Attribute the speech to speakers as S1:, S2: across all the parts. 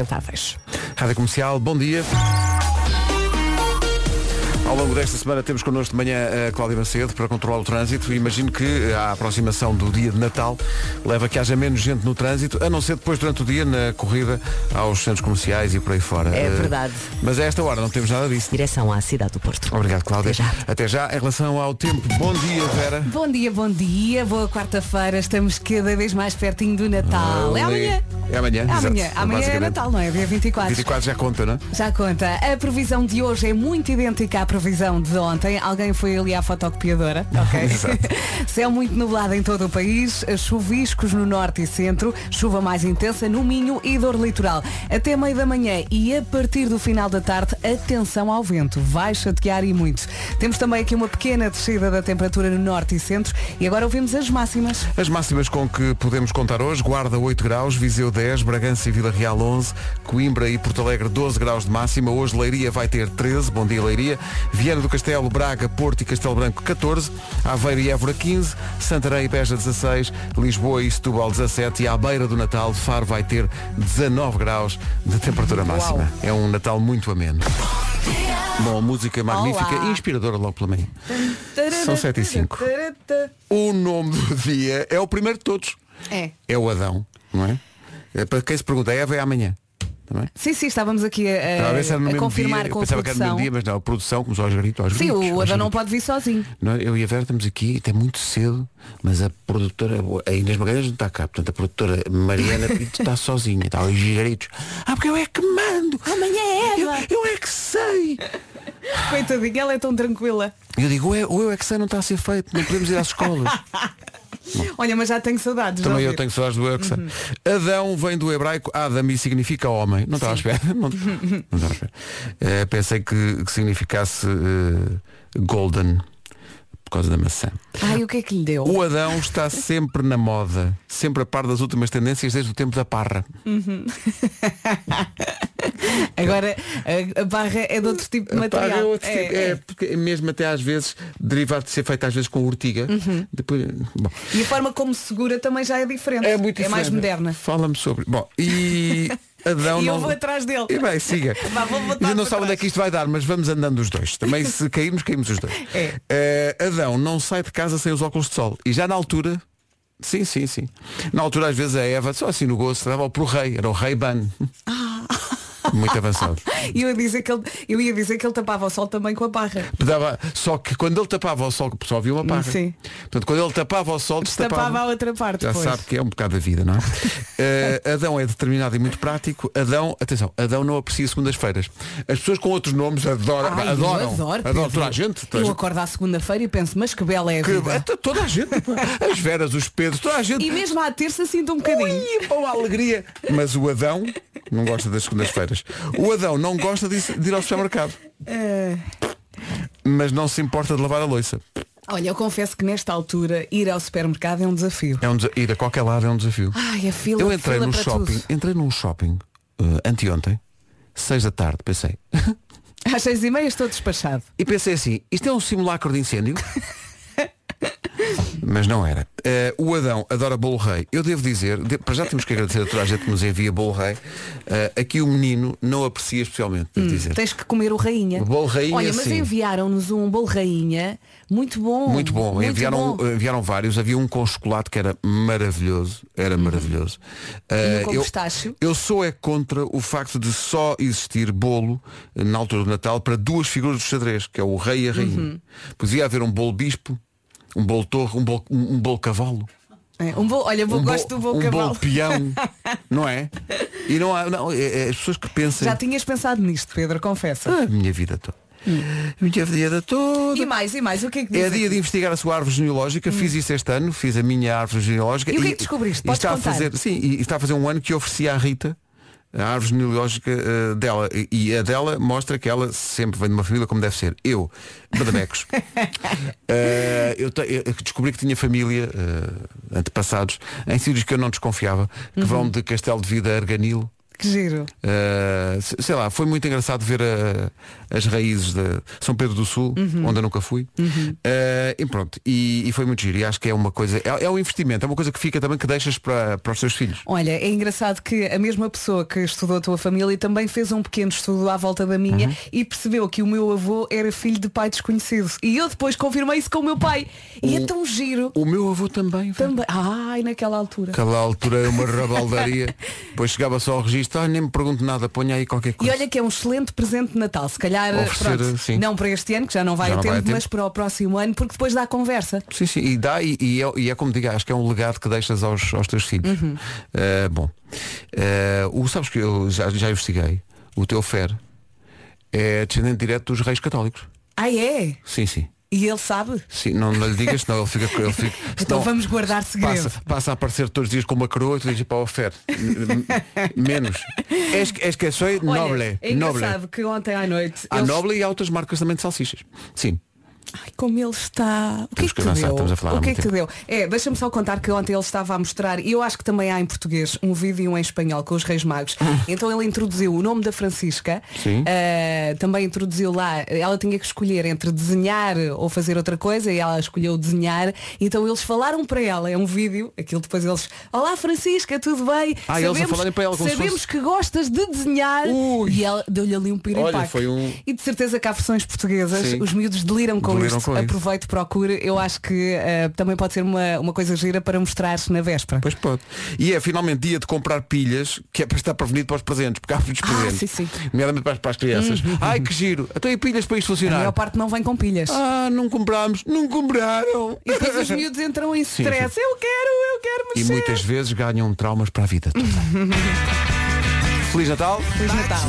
S1: sustentáveis.
S2: Rádio Comercial, bom dia. Ao longo desta semana temos connosco de manhã a Cláudia Macedo para controlar o trânsito e imagino que a aproximação do dia de Natal leva a que haja menos gente no trânsito, a não ser depois durante o dia na corrida aos centros comerciais e por aí fora.
S1: É
S2: Eh,
S1: verdade.
S2: Mas a esta hora não temos nada disso.
S1: Direção à cidade do Porto.
S2: Obrigado, Cláudia.
S1: Até já.
S2: Até já. Em relação ao tempo, bom dia, Vera.
S3: Bom dia, bom dia, boa quarta-feira, estamos cada vez mais pertinho do Natal. é amanhã.
S2: É amanhã.
S3: É
S2: exato.
S3: amanhã, amanhã é
S2: Basicamente.
S3: Natal, não é? Dia 24.
S2: 24 já conta, não é?
S3: Já conta, a previsão de hoje é muito idêntica à previsão de ontem. Alguém foi ali à fotocopiadora, ok? Céu muito nublado em todo o país, chuviscos no norte e centro, chuva mais intensa no Minho e dor litoral. Até meio da manhã e a partir do final da tarde, atenção ao vento, vai chatear e muito. Temos também aqui uma pequena descida da temperatura no norte e centro e agora ouvimos as máximas.
S2: As máximas com que podemos contar hoje, Guarda 8 graus, Viseu 10, Bragança e Vila Real 11, Coimbra e Porto Alegre 12 graus de máxima, hoje Leiria vai ter 13, bom dia Leiria, Viana do Castelo, Braga, Porto e Castelo Branco 14, Aveiro e Évora 15, Santarém e Beja 16, Lisboa e Setúbal 17 e à beira do Natal, Faro vai ter 19 graus de temperatura máxima. É um Natal muito ameno. Bom, música magnífica
S3: Olá.
S2: e inspiradora logo pela manhã. São 7 e 5. O nome do dia é o primeiro de todos.
S3: É.
S2: É o Adão, não é? É Para quem se pergunta, Eva é amanhã. Também.
S3: Sim, sim, estávamos aqui a,
S2: Estava
S3: a-
S2: a ver se era no
S3: É, a
S2: mesmo
S3: confirmar
S2: dia.
S3: com
S2: Eu
S3: a
S2: Pensava que era no
S3: produção.
S2: mesmo dia, mas não, a produção começou aos gritos, aos
S3: Sim, o
S2: gritos, aos
S3: Adão não
S2: gritos.
S3: pode vir sozinho.
S2: Não, eu e a Vera estamos aqui, até muito cedo, mas a produtora, a Inês Magalhães não está cá, portanto a produtora Mariana Pinto está sozinha, está aos gritos. Ah, porque eu é que mando! Amanhã é eu, eu é que sei!
S3: Coitadinha, ela é tão tranquila.
S2: Eu digo, "Ué, o eu é que sei não está a ser feito, não podemos ir às escolas.
S3: Olha, mas já tenho saudades. de
S2: Também eu
S3: ouvir.
S2: tenho saudades do Exa.
S3: Uhum.
S2: Adão vem do hebraico Adam e significa homem. Não estava à espera. Não, não estava à espera. Eh, pensei que, que significasse eh, golden por causa da maçã.
S3: Ai, o que é que lhe deu?
S2: O Adão está sempre na moda, sempre a par das últimas tendências desde o tempo da parra.
S3: Uhum. Agora, a, a barra é de outro tipo de
S2: A parra
S3: material.
S2: é outro tipo- é, porque mesmo até às vezes derivado de ser feita às vezes com urtiga.
S3: Uhum.
S2: Depois, bom.
S3: E a forma como segura também já é diferente.
S2: É muito
S3: É mais
S2: diferente.
S3: moderna.
S2: Fala-me sobre. Bom, e Adão
S3: E eu
S2: não...
S3: vou atrás dele.
S2: E bem, siga.
S3: Vá, vou voltar
S2: Ainda não
S3: para
S2: sabe onde é
S3: trás.
S2: que isto vai dar, mas vamos andando os dois. Também se cairmos, caímos os dois.
S3: É.
S2: Eh, Adão não sai de casa sem os óculos de sol. E já na altura. Sim, sim, sim. Na altura, às vezes, a Eva, só assim no gosto, dava para o rei. Era o rei Ban.
S3: Ah.
S2: Muito avançado.
S3: E eu ia, dizer que ele, eu ia dizer que ele tapava o sol também com a barra.
S2: Dava- Só que quando ele tapava o sol, só havia uma parra.
S3: Hum, Sim.
S2: Portanto, quando ele tapava o sol,
S3: Tapava,
S2: destapava.
S3: a outra parte.
S2: Já
S3: pois.
S2: sabe que é um bocado da vida, não é? Eh, Adão é determinado e muito prático. Adão, atenção, Adão não aprecia segundas-feiras. As pessoas com outros nomes adoram.
S3: Ai, eu adoro,
S2: adoram. adoram
S3: Pedro.
S2: toda a gente. Toda a
S3: Eu
S2: gente.
S3: acordo à segunda-feira e penso, mas que bela é a
S2: Que-
S3: vida.
S2: até toda a gente. pá. As veras, os pedros, toda a gente.
S3: E mesmo à terça sinto um bocadinho.
S2: Ui, Ou a alegria. Mas o Adão não gosta das segundas-feiras. O Adão não gosta de, de ir ao supermercado.
S3: Ah,
S2: Mas não se importa de lavar a louça.
S3: Olha, eu confesso que nesta altura ir ao supermercado é um desafio.
S2: É um desa- ir a qualquer lado é um desafio.
S3: Ai, a fila,
S2: Eu entrei
S3: fila
S2: num
S3: para
S2: shopping,
S3: tudo.
S2: entrei num shopping eh, anteontem, seis da tarde, pensei.
S3: Às seis e meia estou despachado.
S2: E pensei assim, isto é um simulacro de incêndio? Mas não era. Eh, o Adão adora bolo rei. Eu devo dizer, de- para já temos que agradecer a toda a gente que nos envia bolo rei. Eh, aqui o menino não aprecia especialmente, devo dizer.
S3: Tens que comer o rainha.
S2: O bolo rainha,
S3: Olha, mas
S2: sim.
S3: enviaram-nos um bolo rainha um. muito bom.
S2: Muito bom. enviaram, um, eh,
S3: bom.
S2: enviaram vários. Havia um com chocolate que era maravilhoso. Era maravilhoso.
S3: Uhum. E
S2: Eh,
S3: um com
S2: eu,
S3: pistacho.
S2: eu sou é contra o facto de só existir bolo eh, na altura do Natal para duas figuras do xadrez, que é o rei e a rainha.
S3: Uhum.
S2: Pois ia haver um bolo bispo, um bolo torre, um bolo, um, um bolo cavalo.
S3: É, um bolo, olha, eu
S2: um
S3: gosto do bolo
S2: um
S3: cavalo.
S2: bolo peão, não é? E não há, não, é- é as pessoas que pensam
S3: Já tinhas pensado nisto, Pedro, confessa.
S2: "Ah, a minha vida toda. A minha vida toda.
S3: E mais, e mais, o que é que
S2: É
S3: dizes?
S2: dia de investigar a sua árvore genealógica. Fiz isso este ano, fiz a minha árvore genealógica.
S3: Hum. E o que é que descobriste?
S2: e
S3: Podes
S2: está a
S3: contar?
S2: fazer, sim, e está a fazer um ano que oferecia à Rita a árvore genealógica eh, dela. E, e a dela mostra que ela sempre vem de uma família como deve ser. Eu, Badabecos. Eh, eu, te- eu descobri que tinha família,
S3: Uhum.
S2: eh, antepassados, em sítios que eu não desconfiava, que vão de Castelo de Vida a Arganil.
S3: Que giro.
S2: Uh, se- sei lá, foi muito engraçado ver uh, as raízes de São Pedro do Sul,
S3: Uhum.
S2: onde eu nunca fui. Uh, e pronto, e, e foi muito giro. E acho que é uma coisa, é, é um investimento, é uma coisa que fica também que deixas para, para os teus filhos.
S3: Olha, é engraçado que a mesma pessoa que estudou a tua família também fez um pequeno estudo à volta da minha
S2: Uhum.
S3: e percebeu que o meu avô era filho de pai desconhecido. E eu depois confirmei isso com o meu pai. E é tão giro.
S2: O meu avô também. Vera.
S3: Também. Ai, naquela altura.
S2: Aquela altura é uma rabaldaria. Depois chegava só ao registro, ah, nem me pergunto nada, ponha aí qualquer
S3: E
S2: coisa.
S3: olha que é um excelente presente de Natal. Se calhar,
S2: Oferecer,
S3: pronto,
S2: sim.
S3: não para este ano, que já não vai
S2: Já
S3: a
S2: não vai
S3: tempo,
S2: a tempo.
S3: mas para o próximo ano, porque depois dá a conversa.
S2: Sim, sim, e dá, e, e é, e é como diga, acho que é um legado que deixas aos, aos teus filhos. Eh, bom, Eh, o, sabes que eu já, já investiguei, o teu Fer é descendente direto dos reis católicos.
S3: Ah, é?
S2: Sim, sim.
S3: E ele sabe?
S2: Sim, não, não lhe digas, senão ele fica. Ele fica
S3: Então
S2: senão
S3: vamos guardar segredo.
S2: Passa, passa a aparecer todos os dias com uma coroa e tu dizes para o Fer. "M- m- Menos. És, que- és que sou noble.
S3: Olha, é
S2: noble.
S3: engraçado que ontem à noite.
S2: Há
S3: eles-
S2: noble e há outras marcas também de salsichas. Sim.
S3: Ai, como ele está. O que é
S2: Temos
S3: que,
S2: que
S3: te
S2: avançar,
S3: deu?
S2: estamos a falar há
S3: o que é
S2: muito
S3: que te deu? É, deixa-me só contar que ontem ele estava a mostrar, e eu acho que também há em português, um vídeo em espanhol com os Reis Magos. Então ele introduziu o nome da Francisca,
S2: Sim.
S3: eh, também introduziu lá, ela tinha que escolher entre desenhar ou fazer outra coisa, e ela escolheu desenhar. Então eles falaram para ela, é um vídeo, aquilo depois eles, Olá Francisca, tudo bem?
S2: Ah, eles a falarem para ela como se
S3: Sabemos
S2: fosse-
S3: que gostas de desenhar.
S2: Ui.
S3: E ela deu-lhe ali um piripaque.
S2: Olha, foi um-
S3: E de certeza que há versões portuguesas,
S2: Sim.
S3: os miúdos deliram com
S2: Deliram
S3: isto.
S2: com isto.
S3: Aproveite, procure. Eu acho que eh, também pode ser uma, uma coisa gira para mostrar-se na véspera.
S2: Pois pode. E é finalmente dia de comprar pilhas, que é para estar prevenido para os presentes, porque há muitos
S3: Ah,
S2: presentes.
S3: sim, sim. Uhum.
S2: Nomeadamente para as, para as crianças. Ai que giro. Até aí pilhas para isto
S3: A maior
S2: funcionar.
S3: parte não vem com pilhas.
S2: Ah, não comprámos, não compraram.
S3: E depois os miúdos entram em
S2: Sim,
S3: stress.
S2: sim.
S3: Eu quero, eu quero
S2: E
S3: mexer.
S2: muitas vezes ganham traumas para a vida toda. Feliz Natal.
S3: Feliz Natal.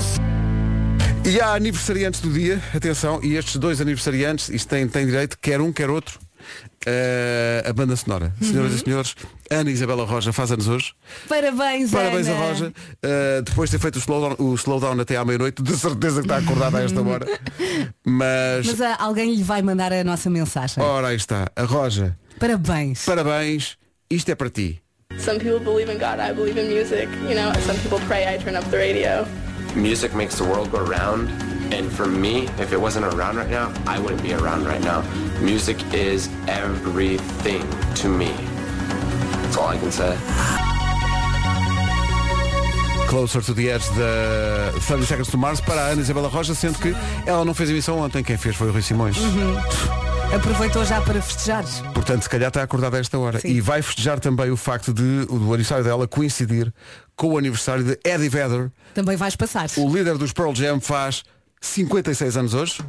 S2: E há aniversariantes do dia, atenção, e estes dois aniversariantes, isto tem, tem direito, quer um, quer outro, eh, a banda sonora. Senhoras e senhores, Ana Isabela Roja faz anos hoje.
S3: Parabéns,
S2: Parabéns a
S3: Ana.
S2: Roja. Eh, depois de ter feito o slowdown, o slowdown até à meia-noite, de certeza que está acordada a esta hora. Mas,
S3: Mas ah, alguém lhe vai mandar a nossa mensagem.
S2: ora aí está. A Roja,
S3: Parabéns.
S2: parabéns, isto é para ti.
S4: Some people believe in God, I believe in music. You know, some people pray, I turn up the radio.
S5: Music makes the world go round, and for me, if it wasn't around right now, I wouldn't be around right now. Music is everything to me. That's all I can say.
S2: Closer to the Edge da 30 Seconds to Mars para a Ana Isabela Roja, sendo que ela não fez emissão ontem, quem fez foi o Rui Simões.
S3: Uhum. Aproveitou já para festejares.
S2: Portanto, se calhar está acordada a esta hora.
S3: Sim.
S2: E vai festejar também o facto de o do aniversário dela coincidir com o aniversário de Eddie Vedder,
S3: Também vais passar.
S2: o líder dos Pearl Jam, faz 56 anos hoje.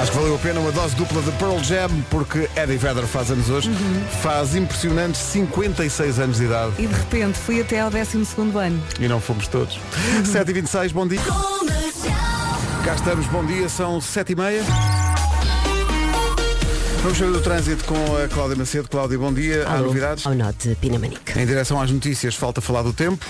S2: Acho que valeu a pena uma dose dupla de Pearl Jam, porque Eddie Vedder faz anos hoje.
S3: Uhum.
S2: Faz impressionantes 56 anos de idade.
S3: E de repente fui até ao 12 segundo ano.
S2: E não fomos todos.
S3: Uhum.
S2: 7h26, bom dia. Cá estamos, bom dia, são 7h30. Vamos saber do trânsito com a Cláudia Macedo. Cláudia, bom dia. Há novidades?
S1: Ao nó de Pinamanique.
S2: Em direção às notícias, falta falar do tempo.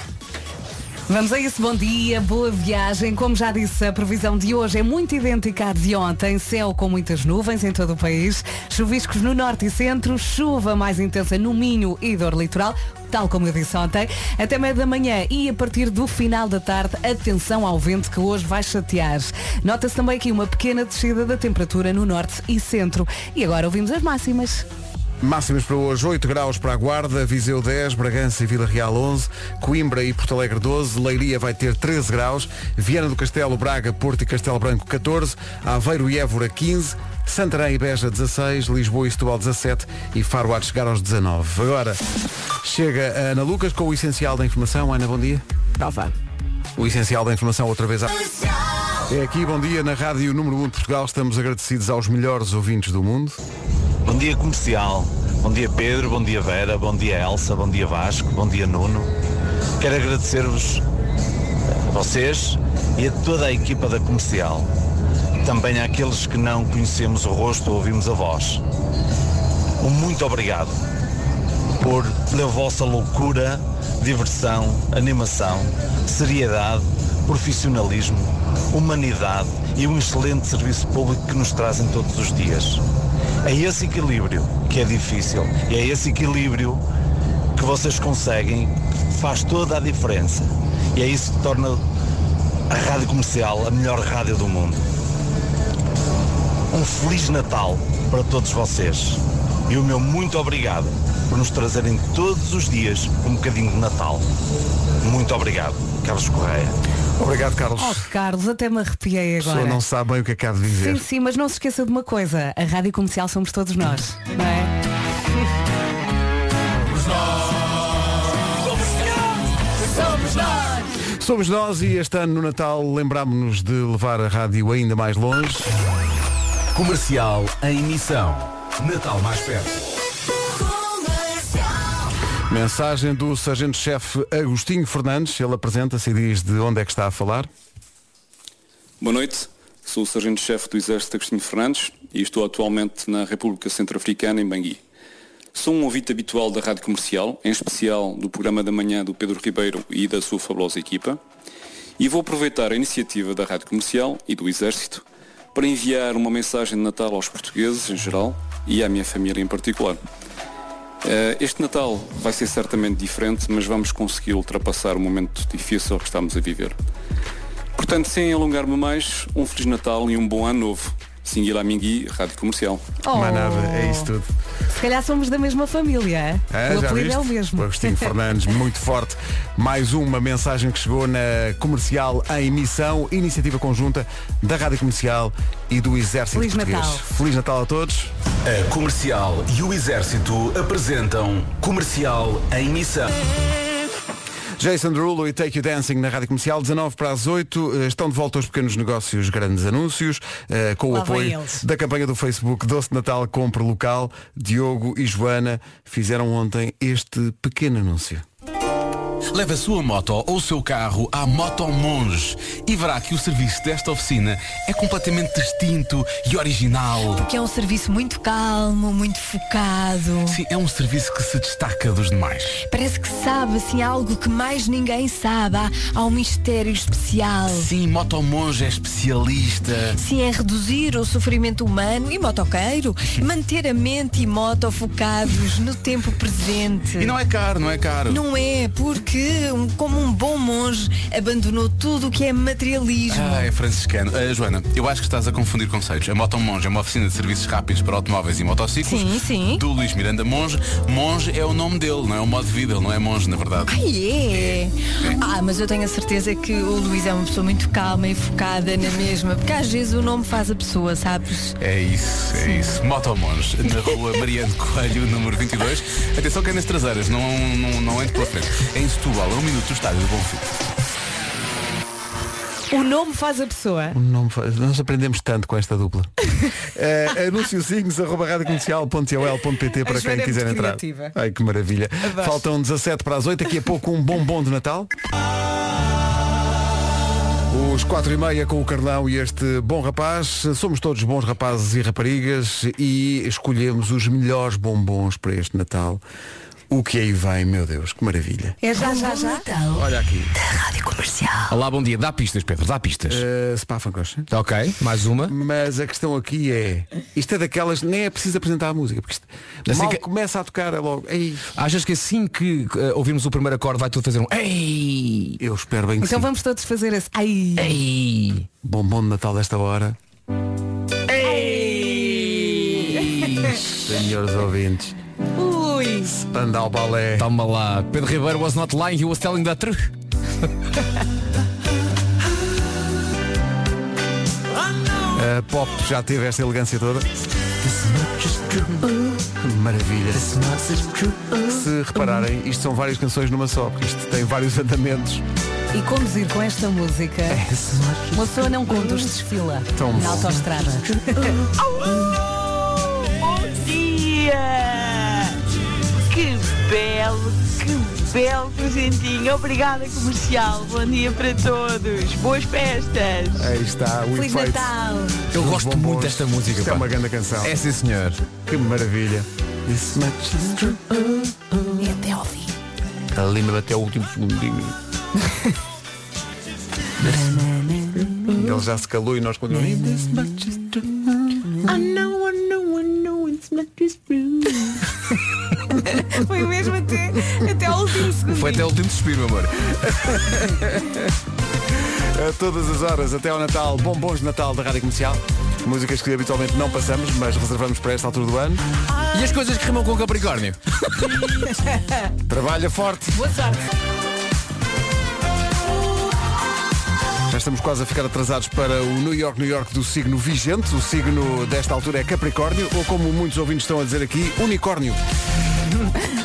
S3: Vamos a isso, bom dia, boa viagem. Como já disse, a previsão de hoje é muito idêntica à de ontem. Céu com muitas nuvens em todo o país, chuviscos no norte e centro, chuva mais intensa no Minho e dor litoral, tal como eu disse ontem, até meia da manhã e a partir do final da tarde, atenção ao vento que hoje vai chatear. Nota-se também aqui uma pequena descida da temperatura no norte e centro. E agora ouvimos as máximas.
S2: Máximas para hoje, 8 graus para a Guarda, Viseu 10, Bragança e Vila Real 11, Coimbra e Porto Alegre 12, Leiria vai ter 13 graus, Viana do Castelo, Braga, Porto e Castelo Branco 14, Aveiro e Évora 15, Santarém e Beja 16, Lisboa e Setúbal 17 e Faro há de chegar aos 19. Agora chega a Ana Lucas com o essencial da informação. Ana, bom dia.
S1: Prova.
S2: O essencial da informação outra vez. à- É aqui, bom dia, na Rádio Número 1 de Portugal. Estamos agradecidos aos melhores ouvintes do mundo.
S6: Bom dia comercial, bom dia Pedro, bom dia Vera, bom dia Elsa, bom dia Vasco, bom dia Nuno. Quero agradecer-vos a vocês e a toda a equipa da comercial. Também àqueles que não conhecemos o rosto ou ouvimos a voz. Um muito obrigado por pela vossa loucura, diversão, animação, seriedade, profissionalismo, humanidade e um excelente serviço público que nos trazem todos os dias. É esse equilíbrio que é difícil e é esse equilíbrio que vocês conseguem faz toda a diferença. E é isso que torna a rádio comercial a melhor rádio do mundo. Um Feliz Natal para todos vocês. E o meu muito obrigado por nos trazerem todos os dias um bocadinho de Natal. Muito obrigado, Carlos Correia.
S2: Obrigado, Carlos.
S3: Oh, Carlos, até me arrepiei
S2: a pessoa
S3: agora.
S2: não sabe bem o que acaba de
S3: Sim,
S2: dizer.
S3: sim, mas não se esqueça de uma coisa. A rádio comercial somos todos nós, não é?
S2: Somos nós e este ano no Natal lembrámos-nos de levar a rádio ainda mais longe.
S7: Comercial em missão. Natal mais perto.
S2: Mensagem do Sargento-Chefe Agostinho Fernandes. Ele apresenta-se e diz de onde é que está a falar.
S8: Boa noite, sou o Sargento-Chefe do Exército Agostinho Fernandes e estou atualmente na República Centro-Africana, em Bangui. Sou um ouvinte habitual da Rádio Comercial, em especial do programa da manhã do Pedro Ribeiro e da sua fabulosa equipa, e vou aproveitar a iniciativa da Rádio Comercial e do Exército para enviar uma mensagem de Natal aos portugueses em geral e à minha família em particular. Eh, Este Natal vai ser certamente diferente, mas vamos conseguir ultrapassar o momento difícil que estamos a viver. Portanto, sem alongar-me mais, um Feliz Natal e um bom ano novo. Singuila Mingui, Rádio Comercial.
S3: Oh,
S2: Mais nada, é isso tudo.
S3: Se calhar somos da mesma família.
S2: Ah,
S3: o
S2: já
S3: apelido
S2: viste?
S3: é o mesmo.
S2: Agostinho Fernandes, muito forte. Mais uma mensagem que chegou na comercial em missão, iniciativa conjunta da Rádio Comercial e do Exército
S3: Feliz
S2: Português.
S3: Natal.
S2: Feliz Natal a todos.
S7: A Comercial e o Exército apresentam Comercial em missão.
S2: Jason Derulo e Take You Dancing na Rádio Comercial, 19 para as 8. Eh, Estão de volta os pequenos negócios, grandes anúncios, eh, com o
S1: Lá vão
S2: apoio
S1: eles.
S2: da campanha do Facebook Doce de Natal Compre Local. Diogo e Joana fizeram ontem este pequeno anúncio.
S7: Leve a sua moto ou o seu carro à Motomonge e verá que o serviço desta oficina é completamente distinto e original.
S9: Que é um serviço muito calmo, muito focado.
S7: Sim, é um serviço que se destaca dos demais.
S9: Parece que sabe assim algo que mais ninguém sabe. Há, há um mistério especial.
S7: Sim, Motomonge é especialista.
S9: Sim, é reduzir o sofrimento humano e motoqueiro, manter a mente e moto focados no tempo presente.
S7: E não é caro, não é caro.
S9: Não é, porque um- como um bom monge abandonou tudo o que é materialismo.
S7: Ah, é franciscano. Ah, Joana, eu acho que estás a confundir conceitos. A Motomonge é uma oficina de serviços rápidos para automóveis e motociclos.
S9: Sim, sim.
S7: Do Luís Miranda Monge. Monge é o nome dele, não é o modo de vida, ele não é monge, na verdade.
S9: Ai, é. Ah, mas eu tenho a certeza que o Luís é uma pessoa muito calma e focada na mesma, porque às vezes o nome faz a pessoa, sabes?
S7: É isso, é isso. Motomonge, na rua Mariano Coelho, número 22. Atenção que é nas traseiras, não, não, não entre pela frente. Em Setúbal, a um minuto do estádio do Bonfim.
S3: O nome faz a pessoa.
S2: Não me fa- nós aprendemos tanto com esta dupla. uh, anunciozinhos, arroba radiocomercial.ol.pt para
S3: A Joana
S2: quem
S3: é
S2: quiser
S3: muito
S2: entrar.
S3: criativa.
S2: Ai, que maravilha.
S3: Adoro.
S2: Faltam 17 para as 8, daqui a pouco um bombom de Natal. Os 4 e meia com o Carlão e este bom rapaz. Somos todos bons rapazes e raparigas e escolhemos os melhores bombons para este Natal. O que aí vem, meu Deus, que maravilha.
S3: É já, já, já.
S7: Olha aqui.
S1: Rádio Comercial.
S10: Olá, bom dia. Dá pistas, Pedro, dá pistas. Tá
S2: Uh, Spa Fancocha.
S10: Ok, mais uma.
S2: Mas a questão aqui é Isto é daquelas, nem é preciso apresentar a música Porque isto,
S10: Assim
S2: mal
S10: que-
S2: começa a tocar é logo Ei,
S10: Achas que assim que eh, ouvirmos o primeiro acorde vai tudo fazer um Ei!
S2: eu espero bem que
S3: Então
S2: sim
S3: vamos todos fazer esse. Ai,
S10: Ei!
S2: Bombom de Natal desta hora Senhores ouvintes
S3: ui.
S2: Spandau Balé
S10: Toma lá. Pedro Ribeiro was not lying, he was telling the truth.
S2: A pop já teve esta elegância toda Que Maravilha Se repararem, isto são várias canções numa só Porque isto tem vários andamentos
S3: E conduzir com esta música.
S2: É,
S3: Uma pessoa não conduz, desfila
S2: Tão
S3: na
S2: bom.
S3: autoestrada.
S1: Bom dia! Que belo, que belo presentinho. Obrigada, comercial. Bom dia para todos. Boas festas.
S2: Aí está Tá, o
S3: Feliz
S2: efeito
S3: Natal.
S10: Eu
S2: dos
S10: gosto
S2: bombons.
S10: muito desta música.
S2: Isto é
S10: pá.
S2: uma grande canção
S10: É sim senhor.
S2: Que maravilha This much is true.
S3: E até ao fim.
S10: Ali me bateu o último segundinho.
S2: Ele já se calou e nós continuamos.
S3: Foi mesmo até,
S10: Foi até o último suspiro, meu amor.
S2: A todas as horas, até ao Natal, bombons de Natal da Rádio Comercial. Músicas que habitualmente não passamos, mas reservamos para esta altura do ano.
S10: E as coisas que rimam com Capricórnio?
S2: Trabalha forte.
S3: Boa sorte.
S2: Já estamos quase a ficar atrasados para o New York, New York do signo vigente. O signo desta altura é Capricórnio, ou como muitos ouvintes estão a dizer aqui, Unicórnio.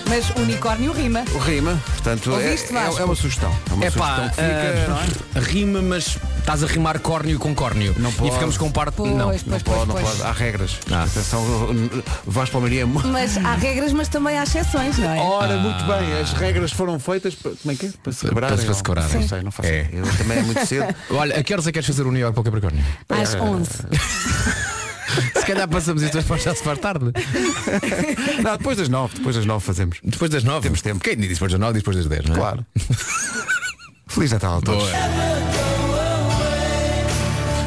S3: Mas unicórnio rima.
S2: O Rima, portanto, é,
S3: Ouviste,
S2: é-
S3: Vasco?
S2: é uma sugestão. É uma
S10: É
S2: sugestão
S10: pá,
S2: que fica, não é?
S10: rima, mas estás a rimar córneo com córneo.
S2: Não
S10: e
S2: pode.
S10: ficamos com parte.
S3: Pois,
S10: não.
S3: pois,
S2: Não
S3: pois,
S2: pode, não
S3: pois.
S2: pode. Há regras.
S10: Ah.
S2: Atenção, Vasco Palmeirinho é muito.
S3: Mas há regras, mas também há exceções, não é?
S2: Ora, muito bem, as regras foram feitas para, como é que é? para se quebrarem.
S10: Ah. para se
S2: não?
S10: quebrarem.
S2: Não
S10: Sim.
S2: sei, não faço.
S10: É.
S2: Eu também é muito cedo. É.
S10: Olha, a que horas é que queres fazer o New York para o Capricórnio?
S3: Às 11.
S10: Se calhar passamos isto depois já se é? faz tarde.
S2: Não, depois das nove, depois das nove fazemos.
S10: Depois das nove. Temos tempo. Quem diz depois das nove, diz depois das dez, não é?
S2: Claro. Feliz Natal a todos.
S10: Boa.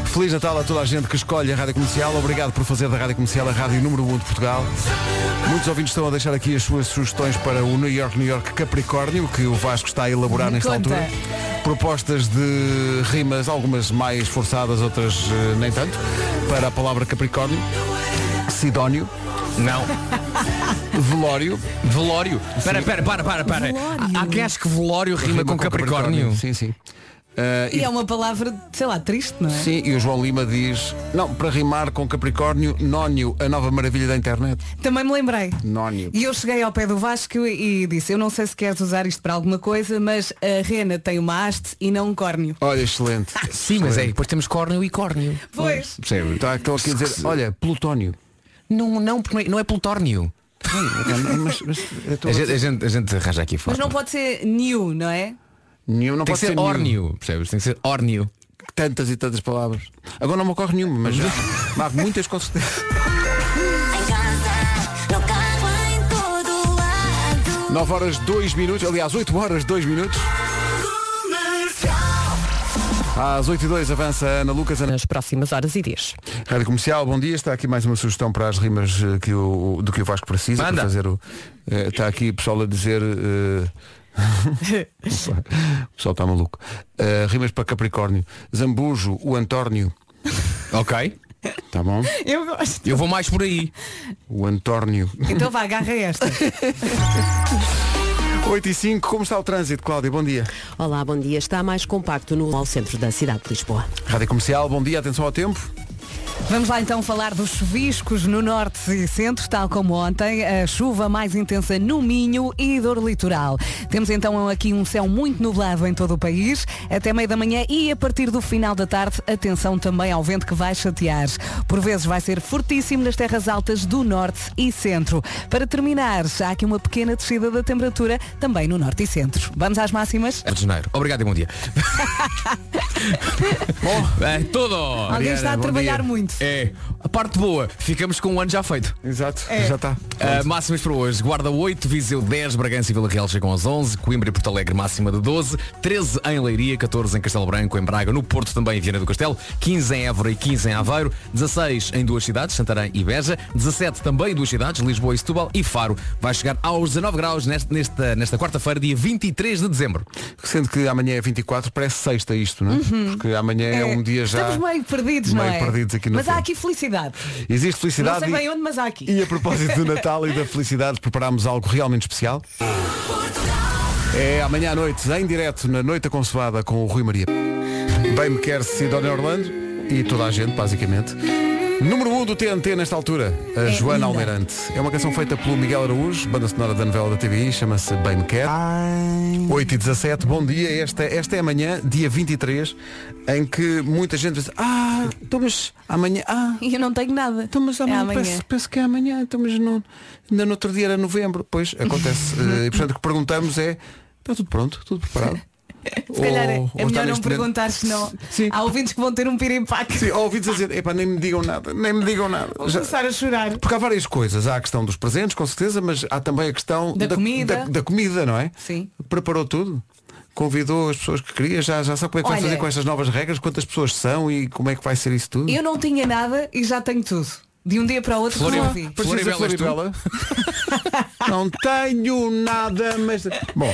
S2: Feliz Natal a toda a gente que escolhe a Rádio Comercial. Obrigado por fazer da Rádio Comercial a Rádio Número 1 de Portugal. Muitos ouvintes estão a deixar aqui as suas sugestões para o New York, New York Capricórnio, que o Vasco está a elaborar
S3: Me
S2: nesta
S3: conta.
S2: altura. Propostas de rimas, algumas mais forçadas, outras eh, nem tanto, para a palavra Capricórnio. Sidónio,
S10: Não.
S2: velório.
S10: Velório. Espera, espera, para, para, para.
S3: Velório.
S10: Há, há quem acha que velório rima, com, Capricórnio.
S2: Sim, sim. Eh,
S3: E é uma palavra, sei lá, triste, não é?
S2: Sim, e o João Lima diz, não, para rimar com Capricórnio, Nónio, a nova maravilha da internet.
S3: Também me lembrei.
S2: Nónio.
S3: E eu cheguei ao pé do Vasco e disse, eu não sei se queres usar isto para alguma coisa, mas a rena tem uma haste e não um córneo.
S2: Olha, excelente.
S10: Sim, mas é, depois temos córneo e córneo.
S3: Pois.
S2: Percebe? Tá, estão aqui a dizer, olha, Plutónio.
S10: Não, não, porque não é, não é plutónio.
S2: É, mas, mas, eu estou
S10: A
S2: a
S10: gente, a, gente, a gente arranja aqui fora.
S3: Mas não pode ser new, não é?
S2: Nenhum, não
S10: Tem
S2: pode
S10: que ser
S2: nenhum.
S10: órneo, percebes? Tem que ser órneo.
S2: Tantas e tantas palavras. Agora não me ocorre nenhuma, mas já. Há muitas com certeza. 9 horas 2 minutos, aliás, 8 horas 2 minutos. Às 8 e 2 avança a Ana Lucas. Ana...
S11: Nas próximas horas e dias.
S2: Rádio Comercial, bom dia. Está aqui mais uma sugestão para as rimas eh, que o, do que o Vasco precisa
S10: Manda.
S2: para fazer o. eh, Está aqui o pessoal a dizer. eh, o pessoal está maluco. Eh, rimas para Capricórnio. Zambujo, o António.
S10: Ok.
S2: Tá bom?
S3: Eu gosto.
S10: Eu vou mais por aí.
S2: O António.
S3: Então vá, agarra esta.
S2: 8 e 5, como está o trânsito, Cláudia? Bom dia.
S11: Olá, bom dia. Está mais compacto no ao centro da cidade de Lisboa.
S2: Rádio Comercial, bom dia, atenção ao tempo.
S3: Vamos lá então falar dos chuviscos no norte e centro, tal como ontem, a chuva mais intensa no Minho e dor litoral. Temos então aqui um céu muito nublado em todo o país, até meio da manhã e a partir do final da tarde, atenção também ao vento que vai chatear. Por vezes vai ser fortíssimo nas terras altas do norte e centro. Para terminar, há aqui uma pequena descida da temperatura também no norte e centro. Vamos às máximas?
S10: É de janeiro. Obrigado e bom dia. bom, é tudo.
S3: Alguém está a
S2: bom
S3: trabalhar
S2: dia.
S3: muito.
S10: É, a parte boa, ficamos com um ano já feito.
S2: Exato,
S3: É.
S2: já está.
S10: Ah, máximas para hoje. Guarda 8, Viseu 10, Bragança e Vila Real chegam aos 11, Coimbra e Porto Alegre máxima de 12, 13 em Leiria, 14 em Castelo Branco, em Braga, no Porto também em Viana do Castelo, 15 em Évora e 15 em Aveiro, 16 em duas cidades, Santarém e Beja, 17 também em duas cidades, Lisboa e Setúbal e Faro. Vai chegar aos 19 graus neste- nesta, nesta quarta-feira, dia 23 de dezembro.
S2: Sendo que amanhã é 24, parece sexta isto, não é? Porque amanhã é, um dia já.
S3: Uhum. Estamos meio perdidos, não
S2: meio
S3: é?
S2: perdidos aqui no
S3: mas há
S2: fim.
S3: aqui felicidade.
S2: Existe
S3: Não
S2: felicidade.
S3: sei bem
S2: e-
S3: onde, mas há aqui.
S2: E a propósito do Natal e da felicidade, preparámos algo realmente especial. É amanhã à noite, em direto, na Noite Aconselhada com o Rui Maria. Bem me quer Sidónia Orlando e toda a gente, basicamente. Número 1 um do TNT nesta altura, a
S3: linda.
S2: Joana Almeirante. É uma canção feita pelo Miguel Araújo, banda sonora da novela da TVI, chama-se Bem Me Quer. 8 e 17, bom dia. Esta, esta é amanhã, dia 23, em que muita gente diz, ah, então mas amanhã, ah,
S3: E eu não tenho nada.
S2: então, mas amanhã,
S3: É amanhã.
S2: Penso, penso que é amanhã, então, mas não, ainda no outro dia era novembro. Pois, acontece. Eh, e portanto, o que perguntamos é, está tudo pronto, tudo preparado?
S3: Se calhar é,
S2: Ou- ou
S3: é melhor não
S2: está neste momento-
S3: perguntar, senão
S2: Sim.
S3: há ouvintes que vão ter um pirimpaque.
S2: Sim, ou ouvi-te dizer, epá, nem me digam nada, nem me digam nada.
S3: Vão
S2: Já-
S3: começar a chorar.
S2: porque há várias coisas. Há a questão dos presentes, com certeza, mas há também a questão
S3: Da comida.
S2: da, da comida, não é?
S3: Sim.
S2: Preparou tudo? Convidou as pessoas que queria? Já, já sabe como é que vai
S3: Olha-
S2: fazer com estas novas regras? Quantas pessoas são e como é que vai ser isso tudo?
S3: Eu não tinha nada e já tenho tudo. De um dia para o outro
S2: Floribela-
S3: resolvi.
S2: Precisa Floribela? Não tenho nada, mas. Bom,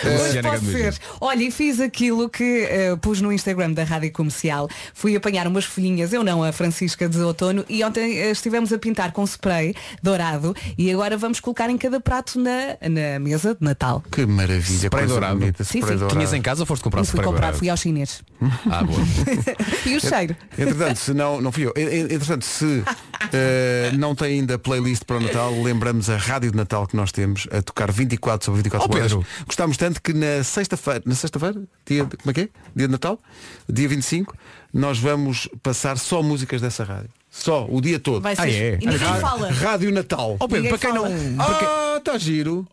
S3: Pois
S2: eh,
S3: pode ser. Olha, e fiz aquilo que eh, pus no Instagram da Rádio Comercial. Fui apanhar umas folhinhas, eu não, a Francisca de Outono, e ontem eh, estivemos a pintar com spray dourado e agora vamos colocar em cada prato na, na mesa de Natal.
S2: Que maravilha,
S10: Spray
S2: coisa
S10: dourado.
S2: bonita,
S3: Sim,
S2: spray
S3: sim.
S2: dourado.
S10: Tinhas em casa ou foste comprar
S3: Não fui
S10: spray
S3: comprar,
S10: dourado?
S3: fui ao chinês.
S10: Ah, boa.
S3: E o cheiro?
S2: Entretanto, se não, não fui eu. En- en- Entretanto, se eh, não tem ainda playlist para o Natal, lembramos a rádio de Natal que nós temos a tocar 24 sobre 24
S10: Oh,
S2: horas.
S10: Pedro.
S2: Gostámos tanto que na sexta-feira, na sexta-feira, dia de, como é que é? Dia de Natal, dia 25, nós vamos passar só músicas dessa rádio. Só, o dia todo.
S3: Vai ser- Ah, é? e ninguém
S2: Rádio-
S3: fala.
S2: Rádio Natal.
S10: Ó, Oh, Pedro,
S3: Ninguém
S10: para quem não.
S3: fala.
S10: para quem-
S2: Ah, está giro.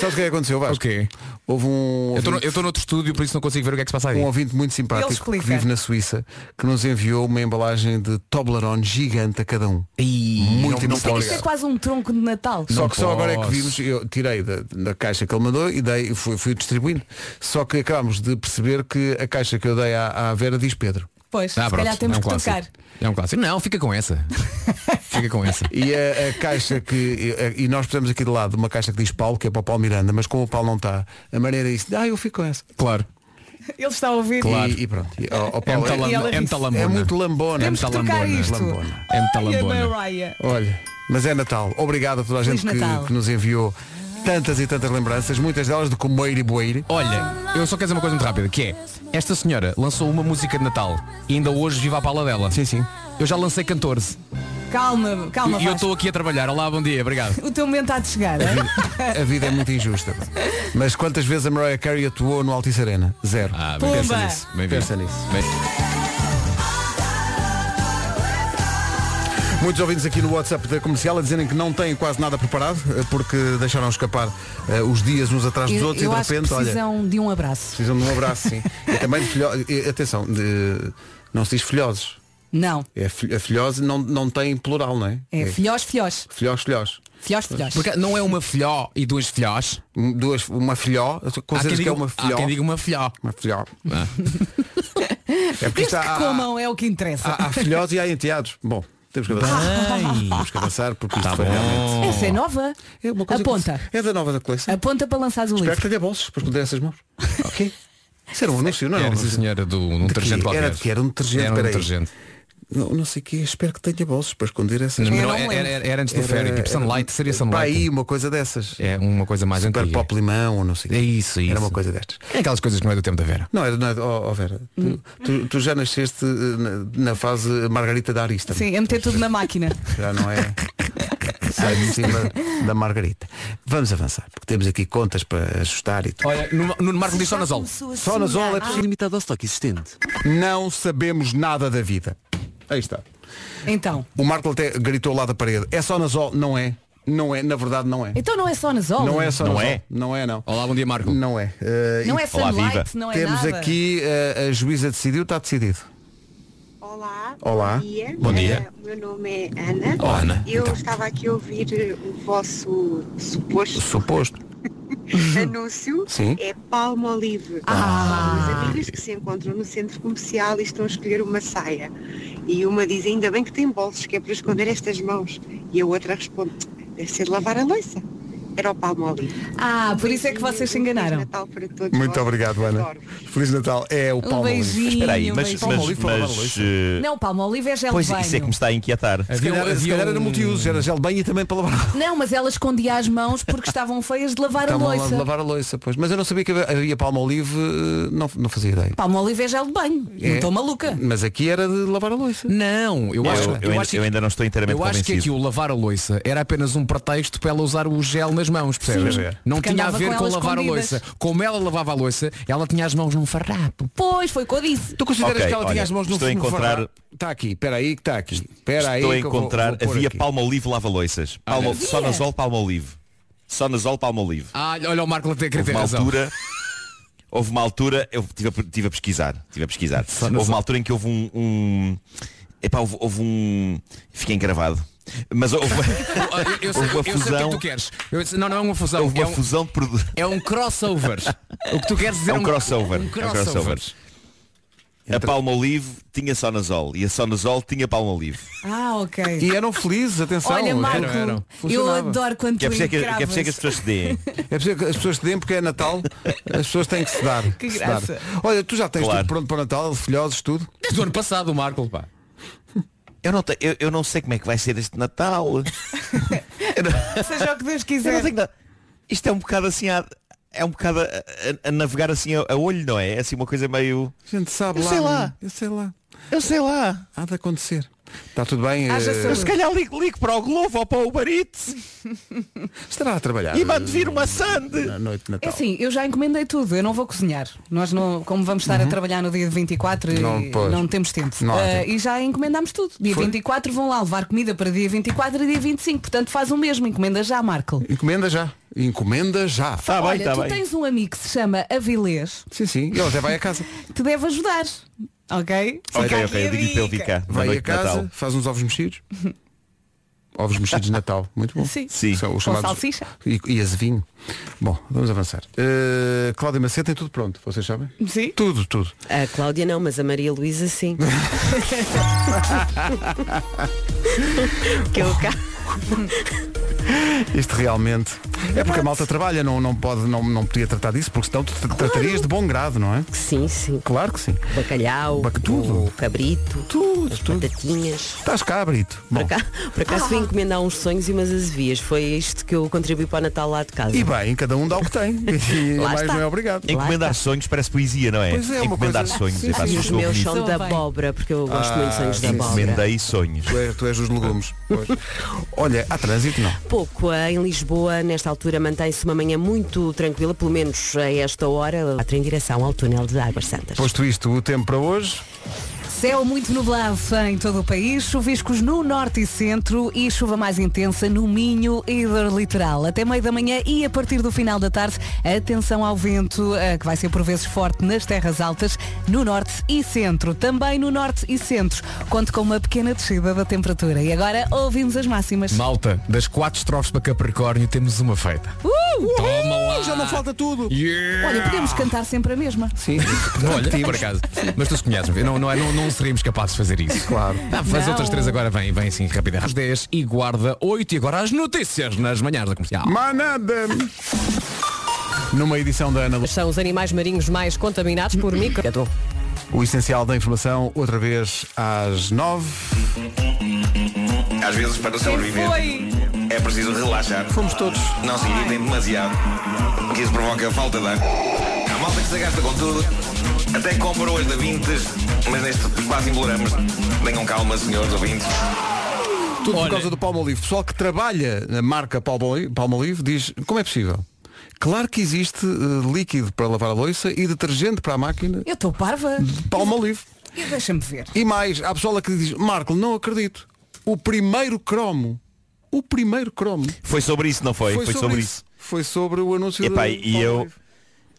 S2: Sabes o que é que aconteceu, Vasco?
S10: Ok.
S2: Houve um.
S10: Eu estou no-
S2: ouvinte-
S10: eu estou noutro estúdio, por isso não consigo ver o que é que se passa aí.
S2: um ouvinte muito
S3: Ele
S2: simpático que
S3: explica.
S2: vive na Suíça que nos enviou uma embalagem de Toblerone gigante a cada um. muito
S10: não
S2: importante.
S3: Isto é quase um tronco de Natal.
S2: Só
S10: Não
S2: que só agora é que
S10: posso.
S2: vimos, eu tirei da, da caixa que ele mandou e dei, fui, fui distribuindo. Só que acabámos de perceber que a caixa que eu dei à, à Vera diz Pedro.
S3: Pois,
S10: Ah,
S3: se
S10: pronto,
S3: calhar temos
S10: é um
S3: que
S10: clássico.
S3: tocar.
S10: É um clássico. Não, fica com essa. fica com essa.
S2: E a, a caixa que. E, a- e nós pusemos aqui de lado uma caixa que diz Paulo, que é para o Paulo Miranda, mas como o Paulo não está, a maneira disse, ah, eu fico com essa.
S10: Claro.
S3: Ele está a ouvir.
S10: Claro.
S2: E, e pronto. E, ó,
S3: um
S2: ó,
S10: É
S2: Paulo,
S10: muita
S2: é-
S10: lambona. É muita
S2: é,
S10: lambona.
S2: muito lambona.
S3: Temos que
S10: muita
S3: trocar
S10: lambona,
S3: isto.
S2: lambona.
S10: É muita
S3: Ai, a
S10: lambona.
S3: Mariah.
S2: Olha, mas é Natal. Obrigado a toda a
S3: Feliz
S2: gente que,
S3: Natal.
S2: que nos enviou tantas e tantas lembranças, muitas delas de Comeiro e Boeiro.
S10: Olha, É. eu só quero dizer uma coisa muito rápida, que é, esta senhora lançou uma música de Natal e ainda hoje viva a pala dela.
S2: Sim, sim.
S10: Eu já lancei 14.
S3: Calma, calma,
S10: e eu
S3: Vasco.
S10: estou aqui a trabalhar. Olá, bom dia, obrigado.
S3: O teu momento há de chegar. é?
S2: A vida é muito injusta. pá. Mas quantas vezes a Mariah Carey atuou no Altice Arena? Zero.
S10: Ah,
S3: bem, pensa
S10: pensa
S3: Pumba.
S10: nisso.
S3: nisso,
S2: Pensa nisso.
S10: Bem.
S2: Muitos ouvintes aqui no WhatsApp da comercial a dizerem que não têm quase nada preparado, eh, porque deixaram escapar eh, os dias uns atrás dos
S3: Eu,
S2: outros
S3: eu
S2: e de
S3: acho que
S2: repente, olha,
S3: precisam de um abraço.
S2: precisam de um abraço, sim. E também de filho... e, Atenção, de- não se diz filhoses.
S3: Não.
S2: É fil- A filhose não, não tem plural, não é?
S3: É filhós, filhós.
S2: filhós, filhós.
S3: Filhós, filhós.
S10: Porque não é uma filhó e duas filhós.
S2: Um- duas, uma filhó,
S10: Há quem,
S2: consideras que é
S10: diga, um,
S2: uma
S10: há
S2: filhó.
S10: quem diga uma filhó. Ah.
S2: Uma filhó. é porque
S3: Desde
S2: está,
S3: que
S2: há,
S3: comam é o que interessa.
S2: há, há filhós e há enteados. Bom, temos que avançar. Temos que avançar porque
S10: Tá
S2: isto foi realmente.
S3: Essa é nova.
S2: É uma coisa que-
S3: Aponta.
S2: É da nova da coleção.
S3: Aponta para lançares o
S2: Espero que
S3: livro.
S2: tenha bolsos para esconder essas mãos. Ok. Isso era um anúncio, não era? um
S10: Era sim,
S2: anúncio.
S10: senhora de um
S2: De quê?
S10: detergente qualquer.
S2: Era de quê? Era um detergente,
S10: Era um
S2: peraí.
S10: detergente.
S2: Não, não sei o quê, espero que tenha bolsos para esconder essas
S10: Não,
S2: mãos.
S3: não me
S10: era,
S3: lembro.
S10: era- era antes do Ferry, tipo Sunlight, seria
S2: um Para aí
S10: Sunlight.
S2: uma coisa dessas.
S10: É uma coisa mais
S2: Super
S10: antiga.
S2: pop limão ou não sei o quê.
S10: É isso, é
S2: Era
S10: isso.
S2: uma coisa destas.
S10: É aquelas coisas que não é do tempo da Vera.
S2: Não, era, não, era- oh, oh, Vera, tu, tu- tu já nasceste eh, na, na fase Margarita da Arista.
S3: Sim, é meter tudo na máquina.
S2: Já não é. Sai de cima da Margarita. Vamos avançar, porque temos aqui contas para ajustar e tudo.
S10: Olha, no, no Marco diz só nas aulas.
S2: Só na Zola é possível.
S10: limitado ao estoque existente.
S2: Não sabemos nada da vida. Aí está.
S3: Então.
S2: O Marco até gritou lá da parede. É só na Zol? Não é. Não é, na verdade não é.
S3: Então não é só nas aulas.
S2: Não é só
S10: Não
S2: na Zol.
S10: é?
S2: Não é, não.
S10: Olá, bom dia, Marco.
S2: Não é. Eh,
S3: Não
S2: e
S3: é
S10: Olá,
S3: sunlight,
S10: viva.
S3: não é
S2: temos
S3: nada.
S2: aqui eh, a juíza decidiu, está decidido.
S12: Olá,
S2: Olá.
S12: bom dia.
S10: Bom dia.
S12: Eh, O meu nome é Ana.
S10: Oh, Ana,
S12: Eu
S10: então. Uhum.
S12: estava aqui a ouvir eh, o vosso suposto
S2: Suposto.
S12: anúncio.
S2: Sim.
S12: É Palma Olive.
S3: Ah.
S12: São duas amigas que se encontram no centro comercial e estão a escolher uma saia. E uma diz, ainda bem que tem bolsos, que é para esconder estas mãos. E a outra responde, deve ser de lavar a louça. Era o Palma Olive.
S3: Ah, por isso é que vocês se enganaram.
S12: Feliz Natal para todos
S2: Muito
S12: vós.
S2: obrigado, Ana.
S12: Eh, Adoro.
S2: Feliz Natal. É o
S3: Um
S2: Palma
S3: beijinho.
S2: Olive.
S3: um beijinho. Não, Palma Oliva
S6: eh,
S3: é gel de banho.
S6: está a inquietar.
S2: Se
S10: um-
S2: calhar, se calhar era multiuso, era gel bem e também para lavar.
S3: Não, mas ela escondia as mãos porque estavam feias de lavar a
S2: Estavam a
S3: louça.
S2: lavar a louça, pois. Mas eu não sabia que havia palma olive, eh, não, não fazia ideia.
S3: Palma Oliva é gel de banho. Não
S2: É.
S3: estou maluca.
S2: Mas aqui era de lavar a louça.
S10: Não, eu acho, eu, acho, que-
S6: não estou inteiramente
S10: eu acho que aqui o lavar a louça era apenas um pretexto para ela usar o gel nas mãos, percebes?
S6: Sim. É.
S10: Não
S3: Porque
S10: tinha a
S3: andava
S10: ver
S3: com
S10: com
S3: elas
S10: lavar a
S3: escondidas.
S10: louça. Como ela lavava a louça, ela tinha as mãos num farrapo.
S3: Pois, foi o que eu disse.
S2: Tu consideras
S6: Ok,
S2: que ela tinha
S6: olha,
S2: as mãos no
S6: estou a
S2: fundo do
S6: encontrar-
S2: forno?
S10: Tá
S2: Está aqui, espera aí que está aqui. Espera aí.
S6: Estou a
S2: que eu vou-
S6: encontrar
S2: vou pôr
S6: havia
S2: aqui.
S6: Palma Olive lava louças. Palma,
S3: Havia?
S6: só nasol Palma Olive. Só nasol Palma Olive.
S10: Ah, olha o Marco até queria
S6: Houve
S10: ter
S6: uma
S10: razão.
S6: altura. Houve uma altura, eu estive a, tive a pesquisar, tive a pesquisar.
S10: nasol.
S6: Houve uma altura em que houve um. um epá, houve, houve um. Fiquei encravado. Mas houve,
S10: Ah, eu- Eu
S6: Houve
S10: sei,
S6: uma
S10: eu sei o que é que
S6: fusão.
S10: tu queres. Eu disse, não, não é uma fusão.
S6: houve
S10: é
S6: uma
S10: um-
S6: fusão de produtos.
S10: É um crossover. o que tu queres dizer
S6: É um crossover,
S10: Um
S6: é um
S10: crossover.
S6: crossover.
S13: A Palmolive tinha Sonazol e a Sonazol tinha Palmolive.
S3: Ah, ok.
S2: E eram felizes, atenção.
S3: Olha,
S2: eram-
S3: Marco,
S2: eram.
S3: eu
S2: Funcionava.
S3: adoro quando
S13: é
S3: tu encravas.
S13: pessoas se deem.
S2: É preciso que as pessoas se deem porque é Natal, as pessoas têm que se dar.
S3: Que
S2: se
S3: graça.
S2: dar. Olha, tu já tens
S13: Claro.
S2: tudo pronto para o Natal, filhoses, tudo?
S10: Desde o ano passado, o Marco, pá.
S13: Eu não, te- eu, eu não sei como é que vai ser este Natal.
S3: Seja o que Deus
S13: Eu
S3: quiser.
S13: não tenho nada. Isto é um bocado assim a, é um bocado a, a- a navegar assim a, a olho, não é? É assim uma coisa meio.
S2: A gente sabe
S13: Eu
S2: lá.
S13: sei
S2: não é?
S13: lá.
S2: Eu sei lá.
S13: Eu sei lá.
S2: Há de acontecer. Está tudo bem?
S13: Haja
S2: eh,
S13: saúde. Se calhar ligo, ligo para o Globo ou para o Barite
S2: Estará a trabalhar.
S13: e mando vir uma sande.
S2: Na noite de
S3: É
S2: Natal.
S3: assim, eu já encomendei tudo, eu não vou cozinhar. Nós não, como vamos estar a trabalhar no dia de 24, e eh,
S2: Não, pois.
S3: não temos tempo.
S2: Não há
S3: Ah,
S2: tempo.
S3: e já encomendámos tudo. Dia
S2: Foi?
S3: 24 vão lá levar comida para dia 24 e dia 25. Portanto, faz o mesmo, encomenda já, Marco.
S2: Encomenda já. Encomenda já.
S13: Tá
S2: Está
S3: Olha, tu tens um amigo que se chama Avilés,
S2: tá Sim, sim. Ele até vai a casa.
S3: te deve ajudar. Ok? Fica
S13: Ok,
S3: aqui
S13: ok,
S3: a
S13: eu digo para ele vir
S3: dica.
S13: cá. na
S2: Vai
S13: noite
S2: a
S13: de
S2: casa,
S13: Natal.
S2: faz uns ovos mexidos. Ovos mexidos de Natal, muito bom.
S3: Sim.
S13: Sim.
S2: São os
S3: Com
S2: chamados
S3: salsicha.
S2: e, e azevinho. Bom, vamos avançar. Eh, Cláudia Macedo tem tudo pronto, vocês sabem?
S3: Sim.
S2: Tudo, tudo.
S11: A Cláudia não, mas a Maria Luísa sim. que eu cá.
S2: Isto realmente. É porque a malta trabalha, não, não, pode, não, não podia tratar disso, porque senão tu tra- tratarias de bom grado, não é?
S11: Sim, sim.
S2: Claro que sim.
S11: Bacalhau,
S2: tudo.
S11: o cabrito,
S2: tudo, as
S11: batatinhas.
S2: Estás cá, Brito. Bom,
S11: Cá, por acaso vim encomendar uns sonhos e umas azevias. Foi isto que eu contribuí para o Natal lá de casa.
S2: e bem, cada um dá o que tem. E
S11: Lá
S2: mais
S11: está.
S2: não é obrigado.
S11: Lá
S13: Encomendar sonhos parece poesia, não é?
S2: Pois é, uma
S13: Encomendar
S2: coisa- Ah,
S13: sonhos.
S2: Sim,
S13: é pá,
S2: sim,
S13: se
S11: Os
S13: eu
S11: meus
S13: ouvir-
S11: são da abóbora, porque eu gosto muito de sonhos da abóbora.
S13: Ah, Encomendei sonhos.
S2: Tu és, tu és os legumes. Pois. Olha, há trânsito, não?
S11: Pouco eh, em Lisboa, nesta altura, mantém-se uma manhã muito tranquila, pelo menos a esta hora, lá em direção ao túnel de Águas Santas.
S2: Posto isto, o tempo para hoje.
S3: Céu muito nublado em todo o país, chuviscos no norte e centro e chuva mais intensa no Minho e do litoral. Até meio da manhã e a partir do final da tarde, atenção ao vento, eh, que vai ser por vezes forte nas terras altas, no norte e centro. Também no norte e centro, conto com uma pequena descida da temperatura. E agora ouvimos as máximas.
S10: Malta, das quatro estrofes para Capricórnio temos uma feita.
S3: Uh!
S10: Toma lá!
S2: Já não falta tudo!
S10: Yeah!
S3: Olha, podemos cantar sempre a mesma.
S2: Sim.
S10: Olha, por acaso. Mas tu se conheces, não, não, é- não, não seríamos capazes de fazer isso.
S2: Claro.
S10: Ah, faz
S3: Não.
S10: outras três agora, vem, vem assim, rápida. Às 10 e guarda 8 e agora as notícias nas manhãs da comercial.
S2: Manada! Numa edição da Ana Lu-
S11: São os animais marinhos mais contaminados por micro.
S2: O essencial da informação, outra vez às nove.
S14: Às vezes, para sobreviver, é preciso relaxar.
S2: Fomos todos.
S14: Não se irritem demasiado, que isso provoca falta de ar. A malta que se gasta com tudo, até compra hoje da Vintes, mas neste quase imploramos. Tenham calma, senhores ouvintes.
S2: Tudo por causa do Palmolive. O pessoal que trabalha na marca Palmolive, Palmolive diz, como é possível? Claro que existe eh, líquido para lavar a louça e detergente para a máquina
S3: Eu estou parva.
S2: Palmolive.
S3: E Deixa-me ver.
S2: E mais, há pessoal que diz, Marco, não acredito. O primeiro cromo. O primeiro cromo.
S13: Foi sobre isso, não foi?
S2: Foi sobre o anúncio
S13: Epá,
S2: da
S13: e eu.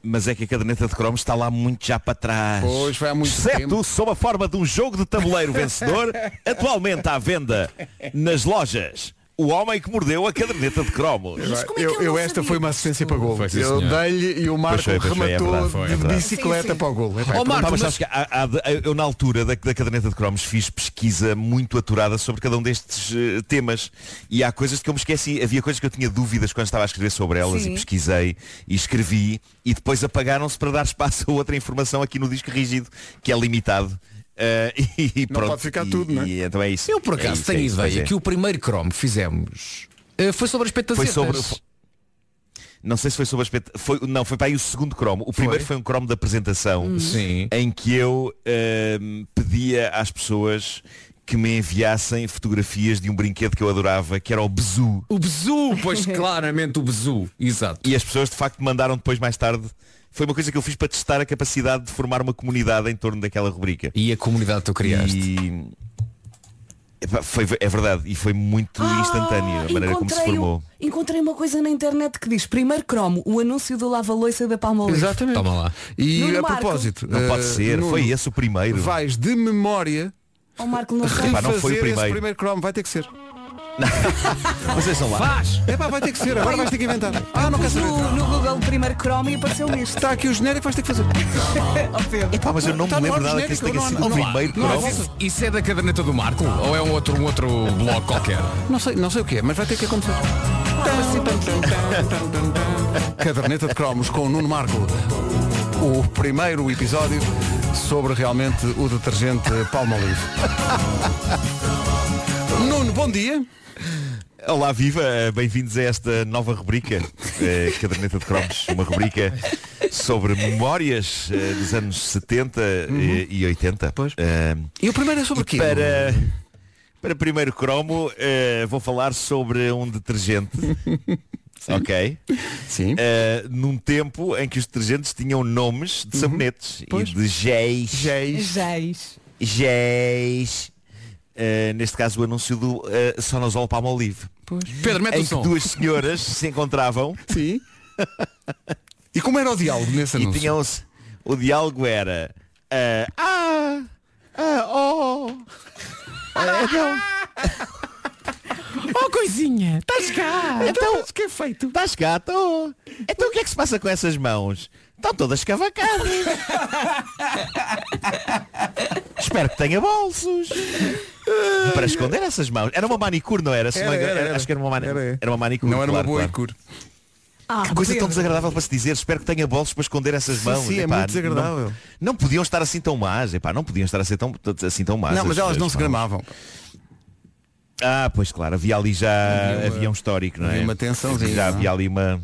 S13: Mas é que a caderneta de cromos está lá muito já para trás.
S2: Pois, foi há muito
S13: Exceto
S2: tempo.
S13: sob a forma de um jogo de tabuleiro vencedor, atualmente à venda nas lojas. O homem que mordeu a caderneta de cromos.
S10: é
S2: eu, eu esta foi uma assistência para gol.
S13: sim,
S2: Eu
S13: senhor.
S2: dei-lhe e o Marco
S13: Pois foi, pois foi, é
S2: rematou
S13: verdade, foi, é
S2: de
S13: verdade.
S2: bicicleta para o gol. Epá,
S10: Ó, Marco,
S13: Pá, mas
S10: mas-
S13: sabes que há- há de- eu na altura da, da caderneta de cromos fiz pesquisa muito aturada sobre cada um destes eh, temas e há coisas que eu me esqueci, havia coisas que eu tinha dúvidas quando estava a escrever sobre elas
S3: Sim.
S13: e pesquisei e escrevi e depois apagaram-se para dar espaço a outra informação aqui no disco rígido que é limitado Eh, e, e
S2: Não
S13: pronto,
S2: pode ficar
S13: e-
S2: tudo, não é?
S13: e então é isso.
S10: Eu por
S13: É
S10: acaso
S13: isso,
S10: tenho
S13: é isso,
S10: ideia
S13: pois é.
S10: que o primeiro cromo que fizemos eh, foi sobre as
S13: Foi
S10: petacetas.
S13: sobre- Não sei se foi sobre aspecto. Foi, não, foi para aí o segundo cromo. O primeiro foi um cromo de apresentação
S10: Hum. Sim.
S13: em que eu ahm, pedia às pessoas que me enviassem fotografias de um brinquedo que eu adorava, que era o Bezu.
S10: O bezu, pois claramente o bezu. Exato.
S13: E as pessoas de facto mandaram depois mais tarde. Foi uma coisa que eu fiz para testar a capacidade de formar uma comunidade em torno daquela rubrica.
S10: E a comunidade que tu criaste.
S13: E... Epá, foi- é verdade, e foi muito
S10: Ah,
S13: instantâneo a maneira como se
S3: encontrei
S13: formou.
S3: um- Ah, encontrei uma coisa na internet que diz primeiro cromo, o anúncio do lava-loiça da Palmolive.
S2: Exatamente.
S10: Toma lá.
S2: E
S3: Nuno
S2: a
S3: Marco.
S2: propósito,
S13: Não
S2: eh,
S13: pode ser,
S2: Nuno,
S13: foi esse o primeiro.
S2: Vais de memória
S3: Ó Marco, não sei.
S13: Repara, não foi o
S2: refazer esse
S13: primeiro.
S2: primeiro cromo, vai ter que ser.
S13: Vocês são lá.
S2: Faz! É pá, vai ter que ser, agora vais ter que inventar. Ah, não quer saber.
S3: No, no Google primeiro Chrome e apareceu Oh, isto.
S2: Está aqui o genérico, vais ter que fazer.
S13: Epá, mas eu não
S2: Tá
S13: me
S2: no
S13: lembro
S2: ar
S13: nada que isso tenha
S2: genérico,
S13: sido o
S2: não há- não há-
S13: primeiro
S2: não há
S13: Chrome.
S2: volta.
S10: Isso é da caderneta do Marco? Ou é um outro, um outro blog qualquer?
S2: Não sei, não sei o que é, mas vai ter que acontecer. Caderneta de Cromos com o Nuno Marco. O primeiro episódio sobre realmente o detergente Palmolive. Nuno, bom dia.
S13: Olá, viva! Bem-vindos a esta nova rubrica, eh, Caderneta de Cromos, uma rubrica sobre memórias eh, dos anos 70 eh, e 80. Eh,
S2: E o primeiro é sobre o quê?
S13: Para, para primeiro cromo, eh, vou falar sobre um detergente. Ok? Eh,
S2: Sim.
S13: num tempo em que os detergentes tinham nomes
S2: Uhum.
S13: de sabonetes e de géis.
S3: Geis.
S13: Géis. Eh, neste caso o anúncio do eh, Sonosol Palmolive.
S10: Pedro, mete
S13: em
S10: o
S13: que
S10: som.
S13: duas senhoras se encontravam.
S2: Sim. E como era o diálogo nesse
S13: anúncio? o diálogo era eh, Ah! Ah, oh!
S2: É,
S13: Ah, não.
S15: Oh coisinha,
S13: tá
S15: estás cá!
S13: Então, o que é feito? Estás cá, estou. Então o que é que se passa com essas mãos? Estão todas cavacadas. Espero que tenha bolsos. Para esconder essas mãos. Era uma manicure, não era? Se não
S2: Era,
S13: me engano,
S2: era, era.
S13: Acho que era uma, mani... era, uma manicure.
S2: Não era uma
S13: claro,
S2: boa
S13: claro.
S2: cura.
S3: Ah,
S13: Que coisa tão desagradável para se dizer, espero que tenha bolsos para esconder essas
S2: Sim,
S13: mãos.
S2: sim, é
S13: Epá,
S2: muito desagradável.
S13: Não, não podiam estar assim tão más, epá, não podiam estar assim tão, assim tão más.
S2: Não,
S13: as-
S2: mas elas
S13: as
S2: não se
S13: mãos.
S2: gramavam.
S13: Ah, pois claro, havia ali já havia, um histórico, não é?
S2: havia uma tensãozinha,
S13: Já
S2: não é?
S13: havia ali uma.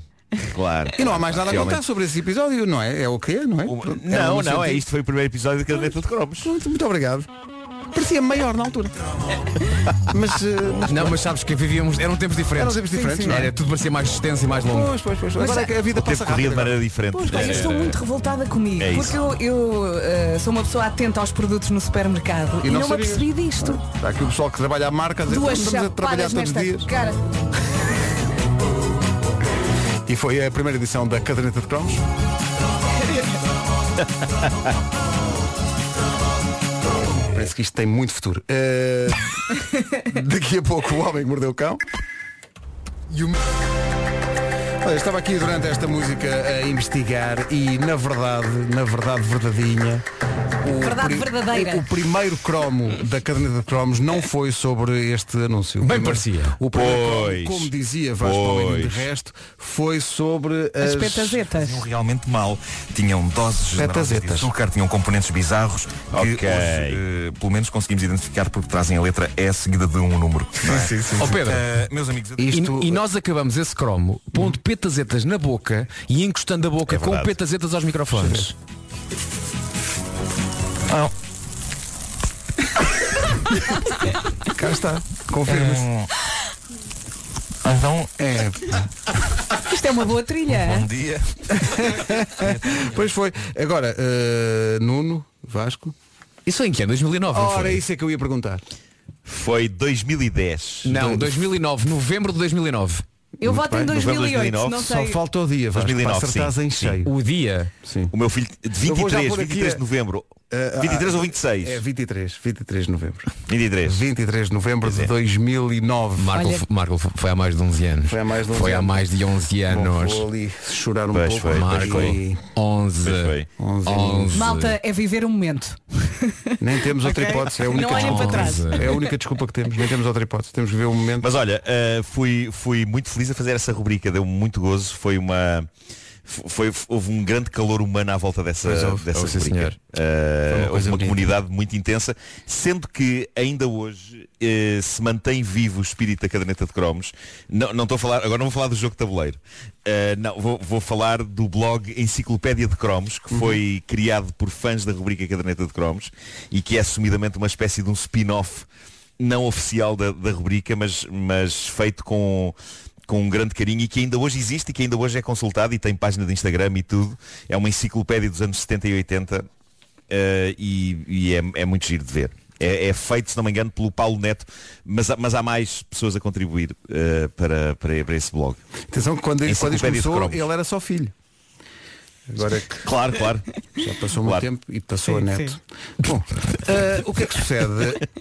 S13: Claro.
S2: E não há mais nada a
S13: Realmente.
S2: contar sobre esse episódio, não é? É o quê, não é? Pronto, era
S13: Não,
S2: no
S13: não, é
S2: sentido-
S13: isto foi o primeiro episódio da caderneta de cromos.
S2: Muito, muito obrigado. Parecia maior na altura. Mas, eh, mas
S10: não, mas sabes que vivíamos, eram tempos diferentes.
S2: Eram tempos diferentes, não é?
S10: Era tudo parecia mais extenso e mais longo.
S2: Pois, pois, pois.
S10: Mas
S2: Agora
S10: é-
S2: é que a vida
S10: o tempo
S2: passa
S10: corria
S2: rápido.
S10: de maneira
S13: diferente.
S3: Pois, pá, eu estou muito revoltada comigo,
S10: É
S3: porque
S10: isso.
S3: eu, eu, eh, sou uma pessoa atenta aos produtos no supermercado
S2: E
S3: e,
S2: não
S3: não, me
S2: sabias.
S3: apercebi disto.
S2: Está aqui o pessoal que trabalha a marca, a dizer,
S3: Duas
S2: estamos a trabalhar
S3: chapadas
S2: todos os
S3: nesta
S2: dias.
S3: cara.
S2: E foi a primeira edição da Caderneta de Cromos. Parece que isto tem muito futuro. Eh, daqui a pouco o homem que mordeu o cão. E o- Olha, eu estava aqui durante esta música a investigar e na verdade, na verdade verdadeinha,
S3: Verdade
S2: pri-
S3: verdadeira.
S2: o primeiro cromo da caderneta de cromos não foi sobre este anúncio.
S10: Bem
S2: Mas
S10: parecia.
S2: O primeiro cromo,
S13: Pois.
S2: como dizia Vasco
S13: Pois.
S2: Palmeirinho, de resto, foi sobre as,
S3: As petazetas.
S16: faziam realmente mal. Tinham doses generosas de
S2: Petazetas.
S16: açúcar, tinham componentes bizarros que
S13: Ok.
S16: hoje, eh, pelo menos conseguimos identificar porque trazem a letra E seguida de um número. não é?
S10: Ó Pedro,
S16: Eh, meus amigos,
S10: e, e nós acabamos esse cromo pondo petazetas na boca e encostando a boca
S16: É
S10: com
S16: verdade.
S10: petazetas aos microfones. Ah.
S2: Cá está. Confirma-se.
S16: Então
S2: é.
S3: Isto é uma boa trilha.
S16: dia.
S2: pois foi. Agora, eh, Nuno, Vasco.
S10: Isso em que é? 2009? não
S2: Ora,
S10: foi?
S2: isso é que eu ia perguntar.
S13: Foi 2010.
S10: Não, 2009, novembro de 2009.
S3: Eu
S13: Muito
S3: voto
S13: bem.
S3: em
S13: Novembro de
S3: 2008, não sei.
S2: Só falta o dia, Vasco,
S13: 2009,
S2: para acertares
S13: sim,
S2: em
S13: sim.
S2: cheio.
S10: O dia?
S2: Sim.
S13: O meu filho, de
S2: Eu vou já
S13: 23,
S2: pôr aqui
S13: 23
S2: a-
S13: de novembro.
S2: Ah, ah,
S13: 23 ou 26?
S2: É 23, 23 de novembro.
S13: 23.
S2: 23 de novembro de 2009.
S10: é. Marco,
S2: Olha-
S10: Marco foi há mais de 11 anos.
S2: Foi há mais de 11
S10: Foi há
S2: anos.
S10: mais de 11
S2: Bom,
S10: anos.
S2: vou ali chorar um
S13: Pois
S2: pouco.
S13: foi, pois
S10: Marco,
S13: foi.
S10: 11.
S13: Pois foi.
S2: 11.
S3: Malta, é viver o momento.
S2: eh. Nem temos outra
S3: Ok.
S2: hipótese, é a
S3: Não
S2: única
S3: olhem
S2: desculpa.
S3: para trás.
S2: É a única desculpa que temos, nem temos outra hipótese, temos que ver o momento.
S13: Mas olha, eh, fui, fui muito feliz a fazer essa rubrica, deu-me muito gozo, foi uma. f- Foi, houve um grande calor humano à volta dessa,
S2: Pois houve,
S13: dessa
S2: houve, sim,
S13: rubrica.
S2: senhor.
S13: Eh,
S2: Foi uma
S13: houve
S2: coisa
S13: uma
S2: bonita.
S13: comunidade muito intensa, sendo que ainda hoje eh, se mantém vivo o espírito da caderneta de cromos. Não, não estou a falar, agora não vou falar do jogo de tabuleiro. Eh, não, vou, vou falar do blog Enciclopédia de Cromos, que foi criado por fãs da rubrica Caderneta de Cromos e que é assumidamente uma espécie de um spin-off não oficial da, da rubrica, mas, mas feito com, com um grande carinho e que ainda hoje existe e que ainda hoje é consultado e tem página de Instagram e tudo. É uma enciclopédia dos anos 70 e 80 eh, e, e é, é muito giro de ver. É, é feito, se não me engano, pelo Paulo Neto, mas, há- mas há mais pessoas a contribuir eh, para, para, para esse blog.
S2: Atenção que quando, quando isto
S13: Enciclopédia de
S2: começou,
S13: cromos.
S2: ele era só filho. Agora é que
S13: Claro, claro.
S2: Já passou muito tempo e passou
S13: Sim,
S2: a net.
S13: sim.
S2: Bom, eh, o que é que sucede?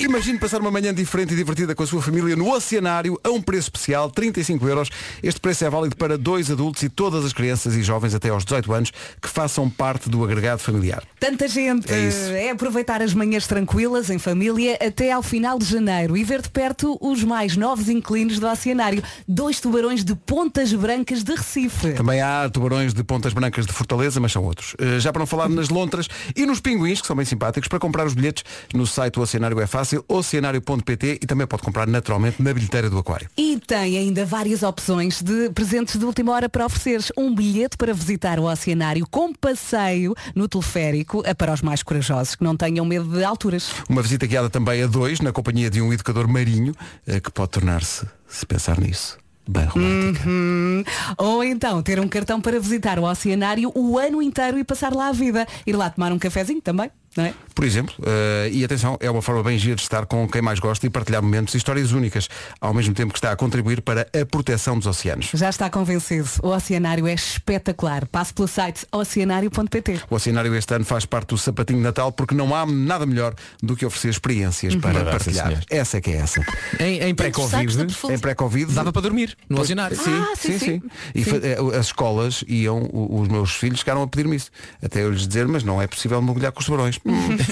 S2: Imagine passar uma manhã diferente e divertida com a sua família no Oceanário a um preço especial, 35 euros. Este preço é válido para dois adultos e todas as crianças e jovens até aos 18 anos que façam parte do agregado familiar.
S3: Tanta gente
S2: É isso.
S3: é, aproveitar as manhãs tranquilas em família até ao final de janeiro e ver de perto os mais novos inquilinos do Oceanário. Dois tubarões de pontas brancas de Recife.
S2: Também há tubarões de pontas brancas de Fortaleza, mas são outros. Eh, Já para não falar nas lontras e nos pinguins, que são bem simpáticos, para comprar os bilhetes no site do Oceanário é fácil, oceanário.pt e também pode comprar naturalmente na bilheteira do aquário.
S3: E tem ainda várias opções de presentes de última hora para ofereceres. Um bilhete para visitar o Oceanário com passeio no teleférico é para os mais corajosos que não tenham medo de alturas.
S2: Uma visita guiada também a dois, na companhia de um educador marinho, eh, que pode tornar-se, se pensar nisso, bem
S3: Uhum. Ou então ter um cartão para visitar o Oceanário o ano inteiro e passar lá a vida. Ir lá tomar um cafezinho também, não é?
S2: Por exemplo, eh, e atenção, é uma forma bem gira de estar com quem mais gosta e partilhar momentos e histórias únicas, ao mesmo tempo que está a contribuir para a proteção dos oceanos.
S3: Já está convencido. O Oceanário é espetacular. Passe pelo site oceanário.pt.
S2: O Oceanário este ano faz parte do sapatinho de Natal porque não há nada melhor do que oferecer experiências
S10: Uhum.
S2: para
S10: Verdade, sim,
S2: partilhar.
S10: senhor.
S2: Essa é que é essa.
S10: Em, em
S2: sacos
S10: pré-Covid.
S2: de perfume. Em pré-Covid.
S10: Dava para dormir no
S2: Pois-
S10: oceanário.
S2: Sim, Ah, sim, sim, E fa- eh, as escolas iam, o- os meus filhos ficaram a pedir-me isso. Até eu lhes dizer, mas não é possível mergulhar com os tubarões. Hum.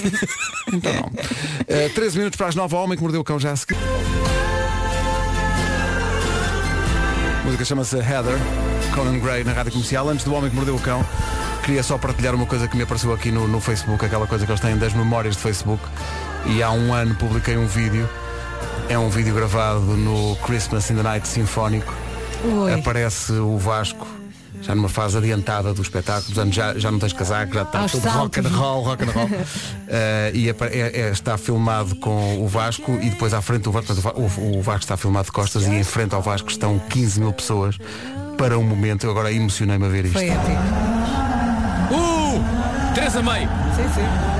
S2: então não. Eh, 13 minutos para as 9, o homem que mordeu o cão já a seguir. A música chama-se Heather, Conan Gray na rádio comercial. Antes do Homem que Mordeu o Cão, queria só partilhar uma coisa que me apareceu aqui no, no Facebook, aquela coisa que eles têm das memórias de Facebook. E há um ano publiquei um vídeo. É um vídeo gravado no Christmas in the Night Sinfónico.
S3: Oi.
S2: Aparece o Vasco. Já numa fase adiantada do espetáculo, portanto já, já não tens casaco, já está
S3: Aos
S2: tudo rock and
S3: saltos.
S2: roll, rock and roll. Eh, e apa- é- é- está filmado com o Vasco e depois à frente do Vasco, portanto, o, Va- o- o Vasco está filmado de costas e em frente ao Vasco estão 15 mil pessoas para um momento. Eu agora emocionei-me a ver isto.
S3: Foi épico.
S10: Uh! 3 a meio.
S3: Sim, sim.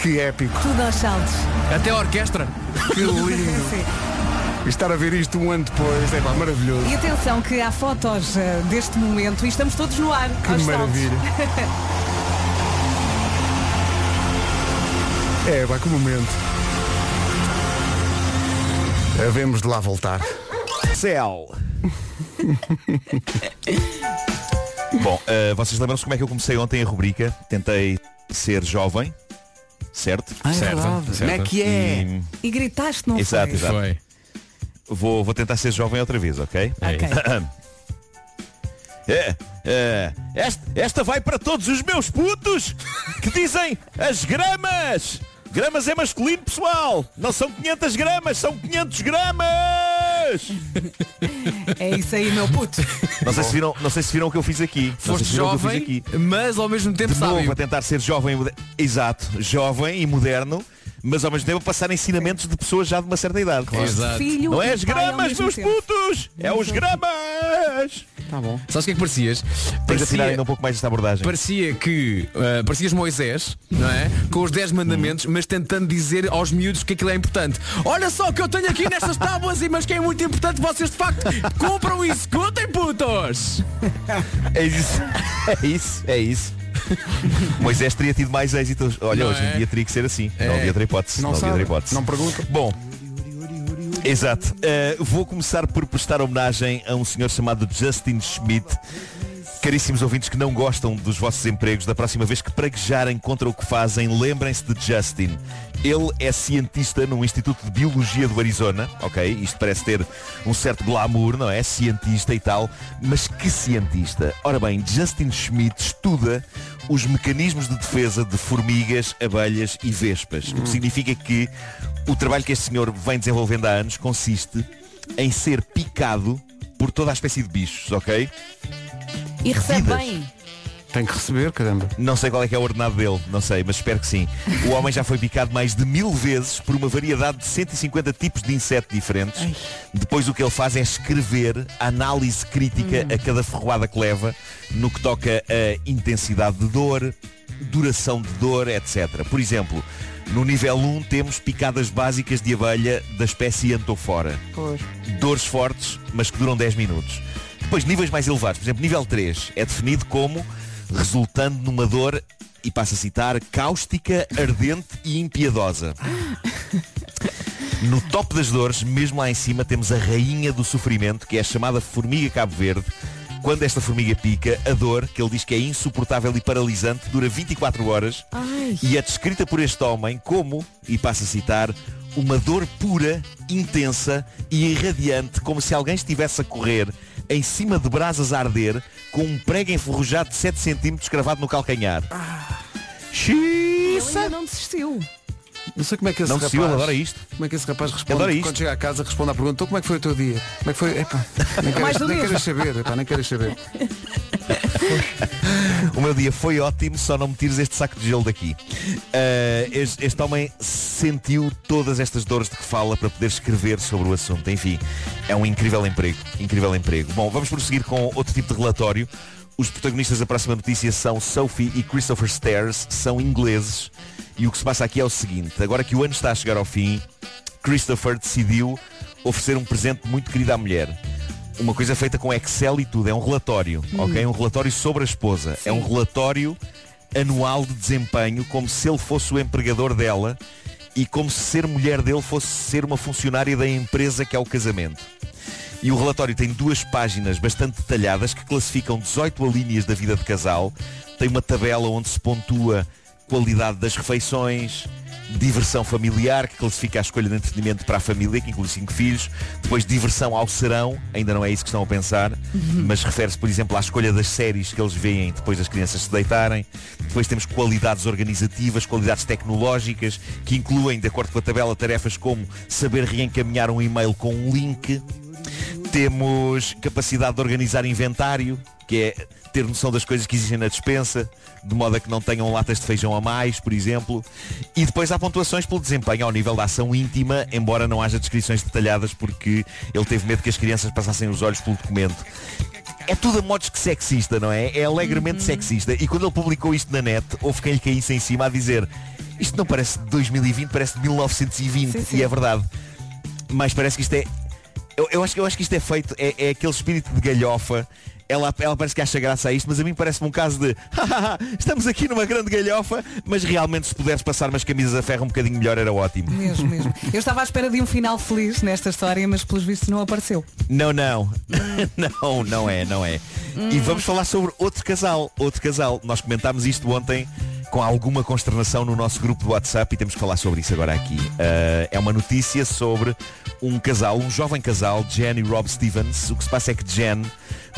S2: Que épico.
S3: Tudo aos saltos.
S10: Até a orquestra.
S2: Que lindo.
S3: Sim.
S2: Estar a ver isto um ano depois, é pá, maravilhoso.
S3: E atenção que há fotos eh, deste momento e estamos todos no ar.
S2: Que
S3: aos
S2: maravilha.
S3: saltos.
S2: É, pá, que momento. Havemos de lá voltar. é Céu.
S13: Bom, eh, vocês lembram-se como é que eu comecei ontem a rubrica? Tentei ser jovem, certo?
S3: Ah, é Certo, verdade. certo. Como é que é?
S13: E-
S3: E gritaste, não
S13: exato,
S3: foi?
S13: exato. Vou, vou tentar ser jovem outra vez, ok? É, é, esta, esta vai para todos os meus putos que dizem as gramas. Gramas é masculino, pessoal. Não são 500 gramas, são 500 gramas.
S3: É isso aí, meu puto.
S13: Não sei, se viram, não sei se viram o que eu fiz aqui. Não sei
S10: Foste
S13: se viram o que eu fiz
S10: jovem,
S13: aqui.
S10: mas ao mesmo tempo
S13: de novo
S10: sábio.
S13: a tentar ser jovem e moderno. Exato, jovem e moderno, mas ao mesmo tempo a passar ensinamentos de pessoas já de uma certa idade.
S10: Claro. Exato. Filho
S13: Não é
S10: e
S13: as
S10: pai ao
S13: gramas,
S10: mesmo
S13: meus
S10: tempo.
S13: putos! É os gramas!
S2: Tá bom.
S10: Sabes o que é que parecias?
S13: Tens de atirar ainda um pouco mais esta abordagem.
S10: Parecia que ah, parecias Moisés, não é? Com os 10 mandamentos,
S13: Hum.
S10: mas tentando dizer aos miúdos que aquilo é importante. Olha só o que eu tenho aqui nestas tábuas, e mas que é muito importante vocês de facto compram e escutem, putos!
S13: É isso, é isso, é isso. Moisés teria tido mais êxito. Olha,
S10: Não
S13: hoje
S10: é?
S13: em dia teria que ser assim.
S10: É.
S13: Não havia outra hipótese. Não,
S10: Não
S13: havia
S10: sabe,
S13: outra hipótese.
S10: não pergunta.
S13: Bom. Exato. Uh, vou começar por prestar homenagem a um senhor chamado Justin Schmidt. Caríssimos ouvintes que não gostam dos vossos empregos, da próxima vez que praguejarem contra o que fazem, lembrem-se de Justin. Ele é cientista no Instituto de Biologia do Arizona, ok? Isto parece ter um certo glamour, não é? Cientista e tal, mas que cientista? Ora bem, Justin Schmidt estuda os mecanismos de defesa de formigas, abelhas e vespas. O que significa que o trabalho que este senhor vem desenvolvendo há anos consiste em ser picado por toda a espécie de bichos, ok?
S3: E recebe
S13: Vidas.
S3: bem.
S2: Tem que receber, caramba.
S13: Não sei qual é que é o ordenado dele, não sei, mas espero que sim. O homem já foi picado mais de mil vezes por uma variedade de 150 tipos de inseto diferentes. Depois o que ele faz é escrever a análise
S2: Hum.
S13: crítica a cada ferroada que leva, no que toca a intensidade de dor, duração de dor, etc. Por exemplo, no nível 1 temos picadas básicas de abelha da espécie Antofora.
S17: Pois.
S13: Dores fortes, mas que duram 10 minutos. Depois, níveis mais elevados, por exemplo, nível 3 é definido como resultando numa dor, e passo a citar, cáustica, ardente e impiedosa. No top das dores, mesmo lá em cima, temos a rainha do sofrimento, que é a chamada formiga Cabo Verde. Quando esta formiga pica, a dor, que ele diz que é insuportável e paralisante, dura 24 horas
S17: Ai.
S13: e é descrita por este homem como, e passo a citar, uma dor pura, intensa e irradiante, como se alguém estivesse a correr em cima de brasas a arder com um prego enferrujado de 7 cm cravado no calcanhar.
S3: Ele ainda não desistiu.
S2: Não sei como é que esse
S13: Não
S2: rapaz...
S13: se viu, ele adora isto.
S2: Como é que esse rapaz responde
S13: Adora isto.
S2: quando chega à casa, responde à pergunta, então como é que foi o teu dia? Como é que foi? Epá, nem
S13: é Mais
S2: queres,
S13: do
S2: nem
S13: mesmo.
S2: queres saber, epá, nem queres saber.
S13: O meu dia foi ótimo, só não me tires este saco de gelo daqui. Ah, este, este homem sentiu todas estas dores de que fala para poder escrever sobre o assunto. Enfim, é um incrível emprego. Incrível emprego. Bom, vamos prosseguir com outro tipo de relatório. Os protagonistas da próxima notícia são Sophie e Christopher Stairs, são ingleses. E o que se passa aqui é o seguinte, agora que o ano está a chegar ao fim, Christopher decidiu oferecer um presente muito querido à mulher. Uma coisa feita com Excel e tudo, é um relatório,
S16: Hum.
S13: ok? Um relatório sobre a esposa. É um relatório anual de desempenho, como se ele fosse o empregador dela e como se ser mulher dele fosse ser uma funcionária da empresa que é o casamento. E o relatório tem duas páginas bastante detalhadas que classificam 18 alíneas da vida de casal. Tem uma tabela onde se pontua qualidade das refeições, diversão familiar, que classifica a escolha de entretenimento para a família, que inclui cinco filhos. Depois diversão ao serão, ainda não é isso que estão a pensar, mas refere-se, por exemplo, à escolha das séries que eles veem depois das crianças se deitarem. Depois temos qualidades organizativas, qualidades tecnológicas, que incluem, de acordo com a tabela, tarefas como saber reencaminhar um e-mail com um link, temos capacidade de organizar inventário, que é ter noção das coisas que existem na despensa, de modo a que não tenham latas de feijão a mais, por exemplo. E depois há pontuações pelo desempenho ao nível da ação íntima, embora não haja descrições detalhadas, porque ele teve medo que as crianças passassem os olhos pelo documento. É tudo a modos que sexista, não é? É alegremente sexista. E quando ele publicou isto na net, houve quem lhe caísse em cima a dizer isto não parece de 2020, parece de 1920. E é verdade. Mas parece que isto é eu, eu acho, que- eu acho que isto é feito, é, é aquele espírito de galhofa. Ela, ela parece que acha graça a isto, mas a mim parece-me um caso de "Hahaha, estamos aqui numa grande galhofa, mas realmente se pudesse passar umas camisas a ferro um bocadinho melhor era ótimo.
S3: Mesmo, mesmo. Eu estava à espera de um final feliz nesta história, mas pelos vistos não apareceu.
S13: Não, não. não, não é, não é. E
S3: Hum.
S13: vamos falar sobre outro casal, outro casal. Nós comentámos isto ontem com alguma consternação no nosso grupo do WhatsApp e temos que falar sobre isso agora aqui. Ah, é uma notícia sobre um casal, um jovem casal, Jen e Rob Stevens. O que se passa é que Jen,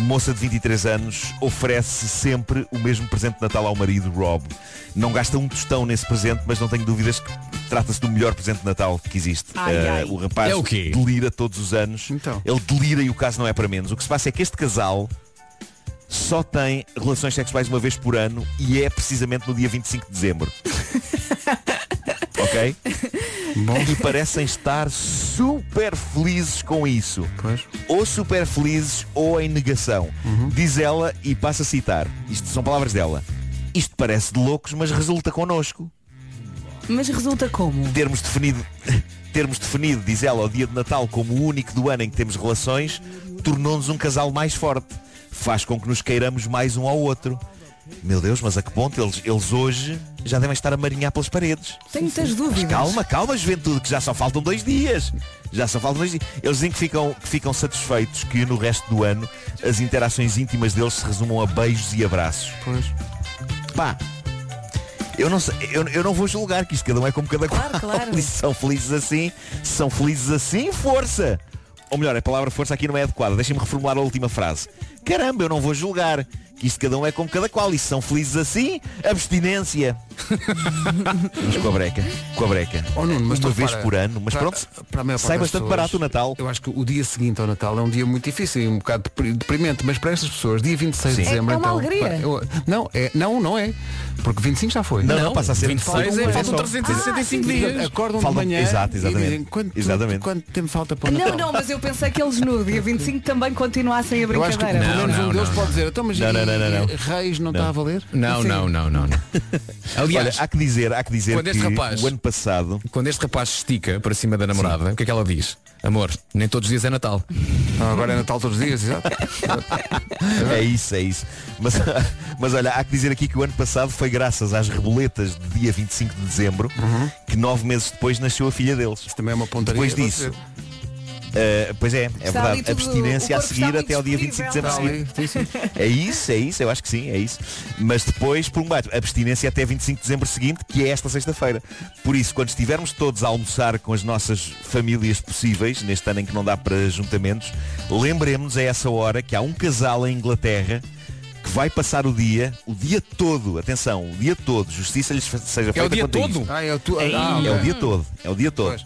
S13: moça de 23 anos, oferece sempre o mesmo presente de Natal ao marido, Rob. Não gasta um tostão nesse presente, mas não tenho dúvidas que trata-se do melhor presente de Natal que existe.
S16: Ai,
S13: Ah,
S16: ai.
S13: o rapaz
S16: É o quê?
S13: delira todos os anos. Ele delira e o caso não é para menos. O que se passa é que este casal só tem relações sexuais uma vez por ano e é precisamente no dia 25 de dezembro. ok? E parecem estar super felizes com isso. Ou super felizes ou em negação. Diz ela e passa a citar. Isto são palavras dela. Isto parece de loucos, mas resulta connosco.
S3: Mas resulta como?
S13: Termos definido, termos definido, diz ela, o dia de Natal como o único do ano em que temos relações, tornou-nos um casal mais forte. Faz com que nos queiramos mais um ao outro. Meu Deus, mas a que ponto eles, eles hoje já devem estar a marinhar pelas paredes.
S3: Tenho muitas dúvidas.
S13: Mas calma, calma, juventude, que já só faltam dois dias. Já só faltam dois dias. Eles dizem que ficam, que ficam satisfeitos que no resto do ano as interações íntimas deles se resumam a beijos e abraços. Pois. Pá, eu não, sei, eu, eu não vou julgar que isto cada um é como cada qual. E se são felizes assim, se são felizes assim, força! Ou melhor, a palavra força aqui não é adequada. Deixem-me reformular a última frase. Caramba, eu não vou julgar que isto cada um é como cada qual. E se são felizes assim, abstinência. mas com a breca, com a breca.
S2: Oh, Nuno, mas
S13: Uma
S2: tu
S13: vez
S2: repara,
S13: por ano, mas
S2: para-
S13: pronto,
S2: para a maior parte
S13: sai
S2: das
S13: bastante
S2: pessoas,
S13: barato o Natal.
S2: Eu acho que o dia seguinte ao Natal é um dia muito difícil e um bocado depri- deprimente, mas para estas pessoas, dia 26 de
S13: Sim.
S2: dezembro,
S13: É- é uma
S2: então.
S13: alegria.
S2: pá, eu- não, é, não, não é. Porque 25 já foi.
S13: Não, não, passa a ser
S2: 26
S13: falta um mês
S2: faltam
S13: só.
S2: 365
S13: Ah, sim,
S2: dias.
S13: sim.
S2: é Acordam
S13: Faltam-
S2: de manhã
S13: exato,
S2: e
S13: exatamente.
S2: dizem quanto,
S13: Exatamente.
S2: quanto tempo falta para o Natal.
S3: Não, não, mas eu pensei que eles no dia 25 também continuassem a
S2: Eu acho que
S3: brincadeira.
S2: pelo menos um
S10: não,
S2: deles
S10: não,
S2: pode
S10: não.
S2: dizer, então, mas
S10: Não,
S2: e-
S10: não, não, não, não.
S2: e Reis não está a valer? Assim?
S10: Não,
S2: Sim.
S10: não, não, não, não. Aliás,
S13: Olha, há que dizer, há que dizer
S10: quando este
S13: que
S10: rapaz,
S13: o ano passado,
S10: quando este rapaz se estica para cima da namorada, o que é que ela diz? Amor, nem todos os dias é Natal.
S2: agora é Natal todos os dias, exato.
S13: É isso, é isso. Mas, mas olha, há que dizer aqui que o ano passado foi graças às reboletas de dia 25 de dezembro que nove meses depois nasceu a filha deles. Isso
S2: Uhum. também é uma pontaria.
S13: Depois
S2: vou
S13: disso.
S2: dizer.
S13: eh, pois é, é
S2: Está ali
S13: verdade.
S2: tudo-
S13: Abstinência
S2: o
S13: a
S2: corpo está
S13: seguir
S2: ali
S13: até ao dia 25 de dezembro.
S2: disponível.
S13: seguinte. É isso, é isso, eu acho que sim, é isso. Mas depois, por um bate, abstinência até 25 de dezembro seguinte, que é esta sexta-feira. Por isso, quando estivermos todos a almoçar com as nossas famílias possíveis, neste ano em que não dá para juntamentos, lembremos a essa hora que há um casal em Inglaterra que vai passar o dia, o dia todo, atenção, o dia todo, justiça lhes fa- seja feita
S10: É o dia
S13: quanto a
S10: todo?
S13: isso.
S10: Ah, é o tu-
S13: É,
S10: ah,
S13: é
S10: ok.
S13: o dia todo, é o dia todo.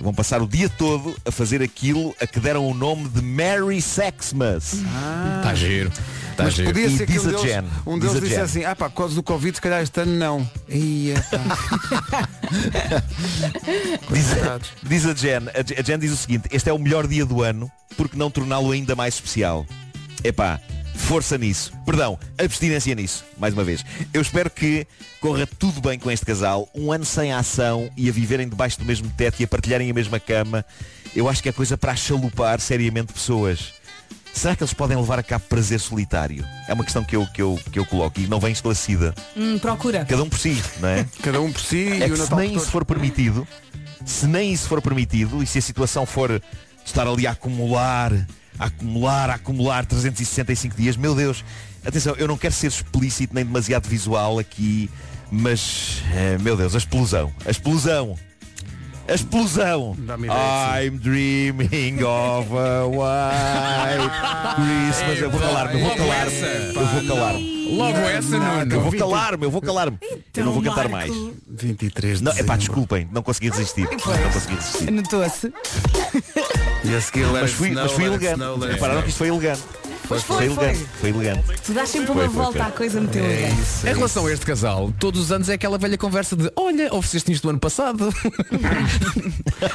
S13: Vão passar o dia todo a fazer aquilo a que deram o nome de Merry Sexmas.
S10: Está giro. Tá
S2: Ah. Mas
S10: giro.
S2: podia
S13: E
S2: ser que
S13: diz
S2: um
S13: a
S2: deles,
S13: Jen,
S2: um
S13: diz
S2: deles
S13: a
S2: disse
S13: Jen.
S2: assim, ah pá, por causa do Covid, se calhar este ano não. Ia,
S13: Diz, diz a Jen, a Jen- a Jen diz o seguinte, este é o melhor dia do ano, porque não torná-lo ainda mais especial. Epá, força nisso. Perdão, abstinência nisso, mais uma vez. Eu espero que corra tudo bem com este casal, um ano sem ação e a viverem debaixo do mesmo teto e a partilharem a mesma cama. Eu acho que é coisa para chalupar seriamente pessoas. Será que eles podem levar a cabo prazer solitário? É uma questão que eu, que eu, que eu coloco e não vem esclarecida.
S3: Hum, procura.
S13: Cada um por si, não é?
S2: Cada um por si
S13: é
S2: e
S13: que
S2: o
S13: se
S2: Natal
S13: nem
S2: por
S13: isso
S2: todos.
S13: for permitido, se nem isso for permitido e se a situação for estar ali a acumular, a acumular, a acumular 365 dias, meu Deus, atenção, eu não quero ser explícito nem demasiado visual aqui, mas, eh, meu Deus, a explosão, a explosão. A explosão!
S2: Dá-me ideia que sim.
S13: I'm dreaming of a white Christmas. Eu vou calar-me, eu vou
S10: Logo
S13: calar-me.
S10: essa,
S13: Eu vou calar-me.
S10: Logo essa, é? Então, Nuno.
S13: Eu vou calar-me, eu vou calar-me. Eu não vou cantar mais.
S3: Então, Marco.
S2: 23 de
S13: não, epá, desculpem, não consegui resistir. Não consegui resistir.
S3: Notou-se.
S2: E a seguir, let
S13: Mas
S2: it
S13: fui,
S2: snow,
S13: mas fui
S2: let it
S13: elegante.
S2: snow, let it
S13: Repararam
S2: snow.
S13: que isto foi elegante.
S3: Pois
S13: foi,
S3: foi,
S13: elegante.
S3: foi.
S13: Foi elegante.
S3: Tu dás sempre
S13: Foi,
S3: uma
S13: foi,
S3: volta
S13: foi.
S3: à coisa
S2: É
S3: muito elegante.
S10: Em relação a este casal, todos os anos é aquela velha conversa de olha, ofereceste isto do ano passado.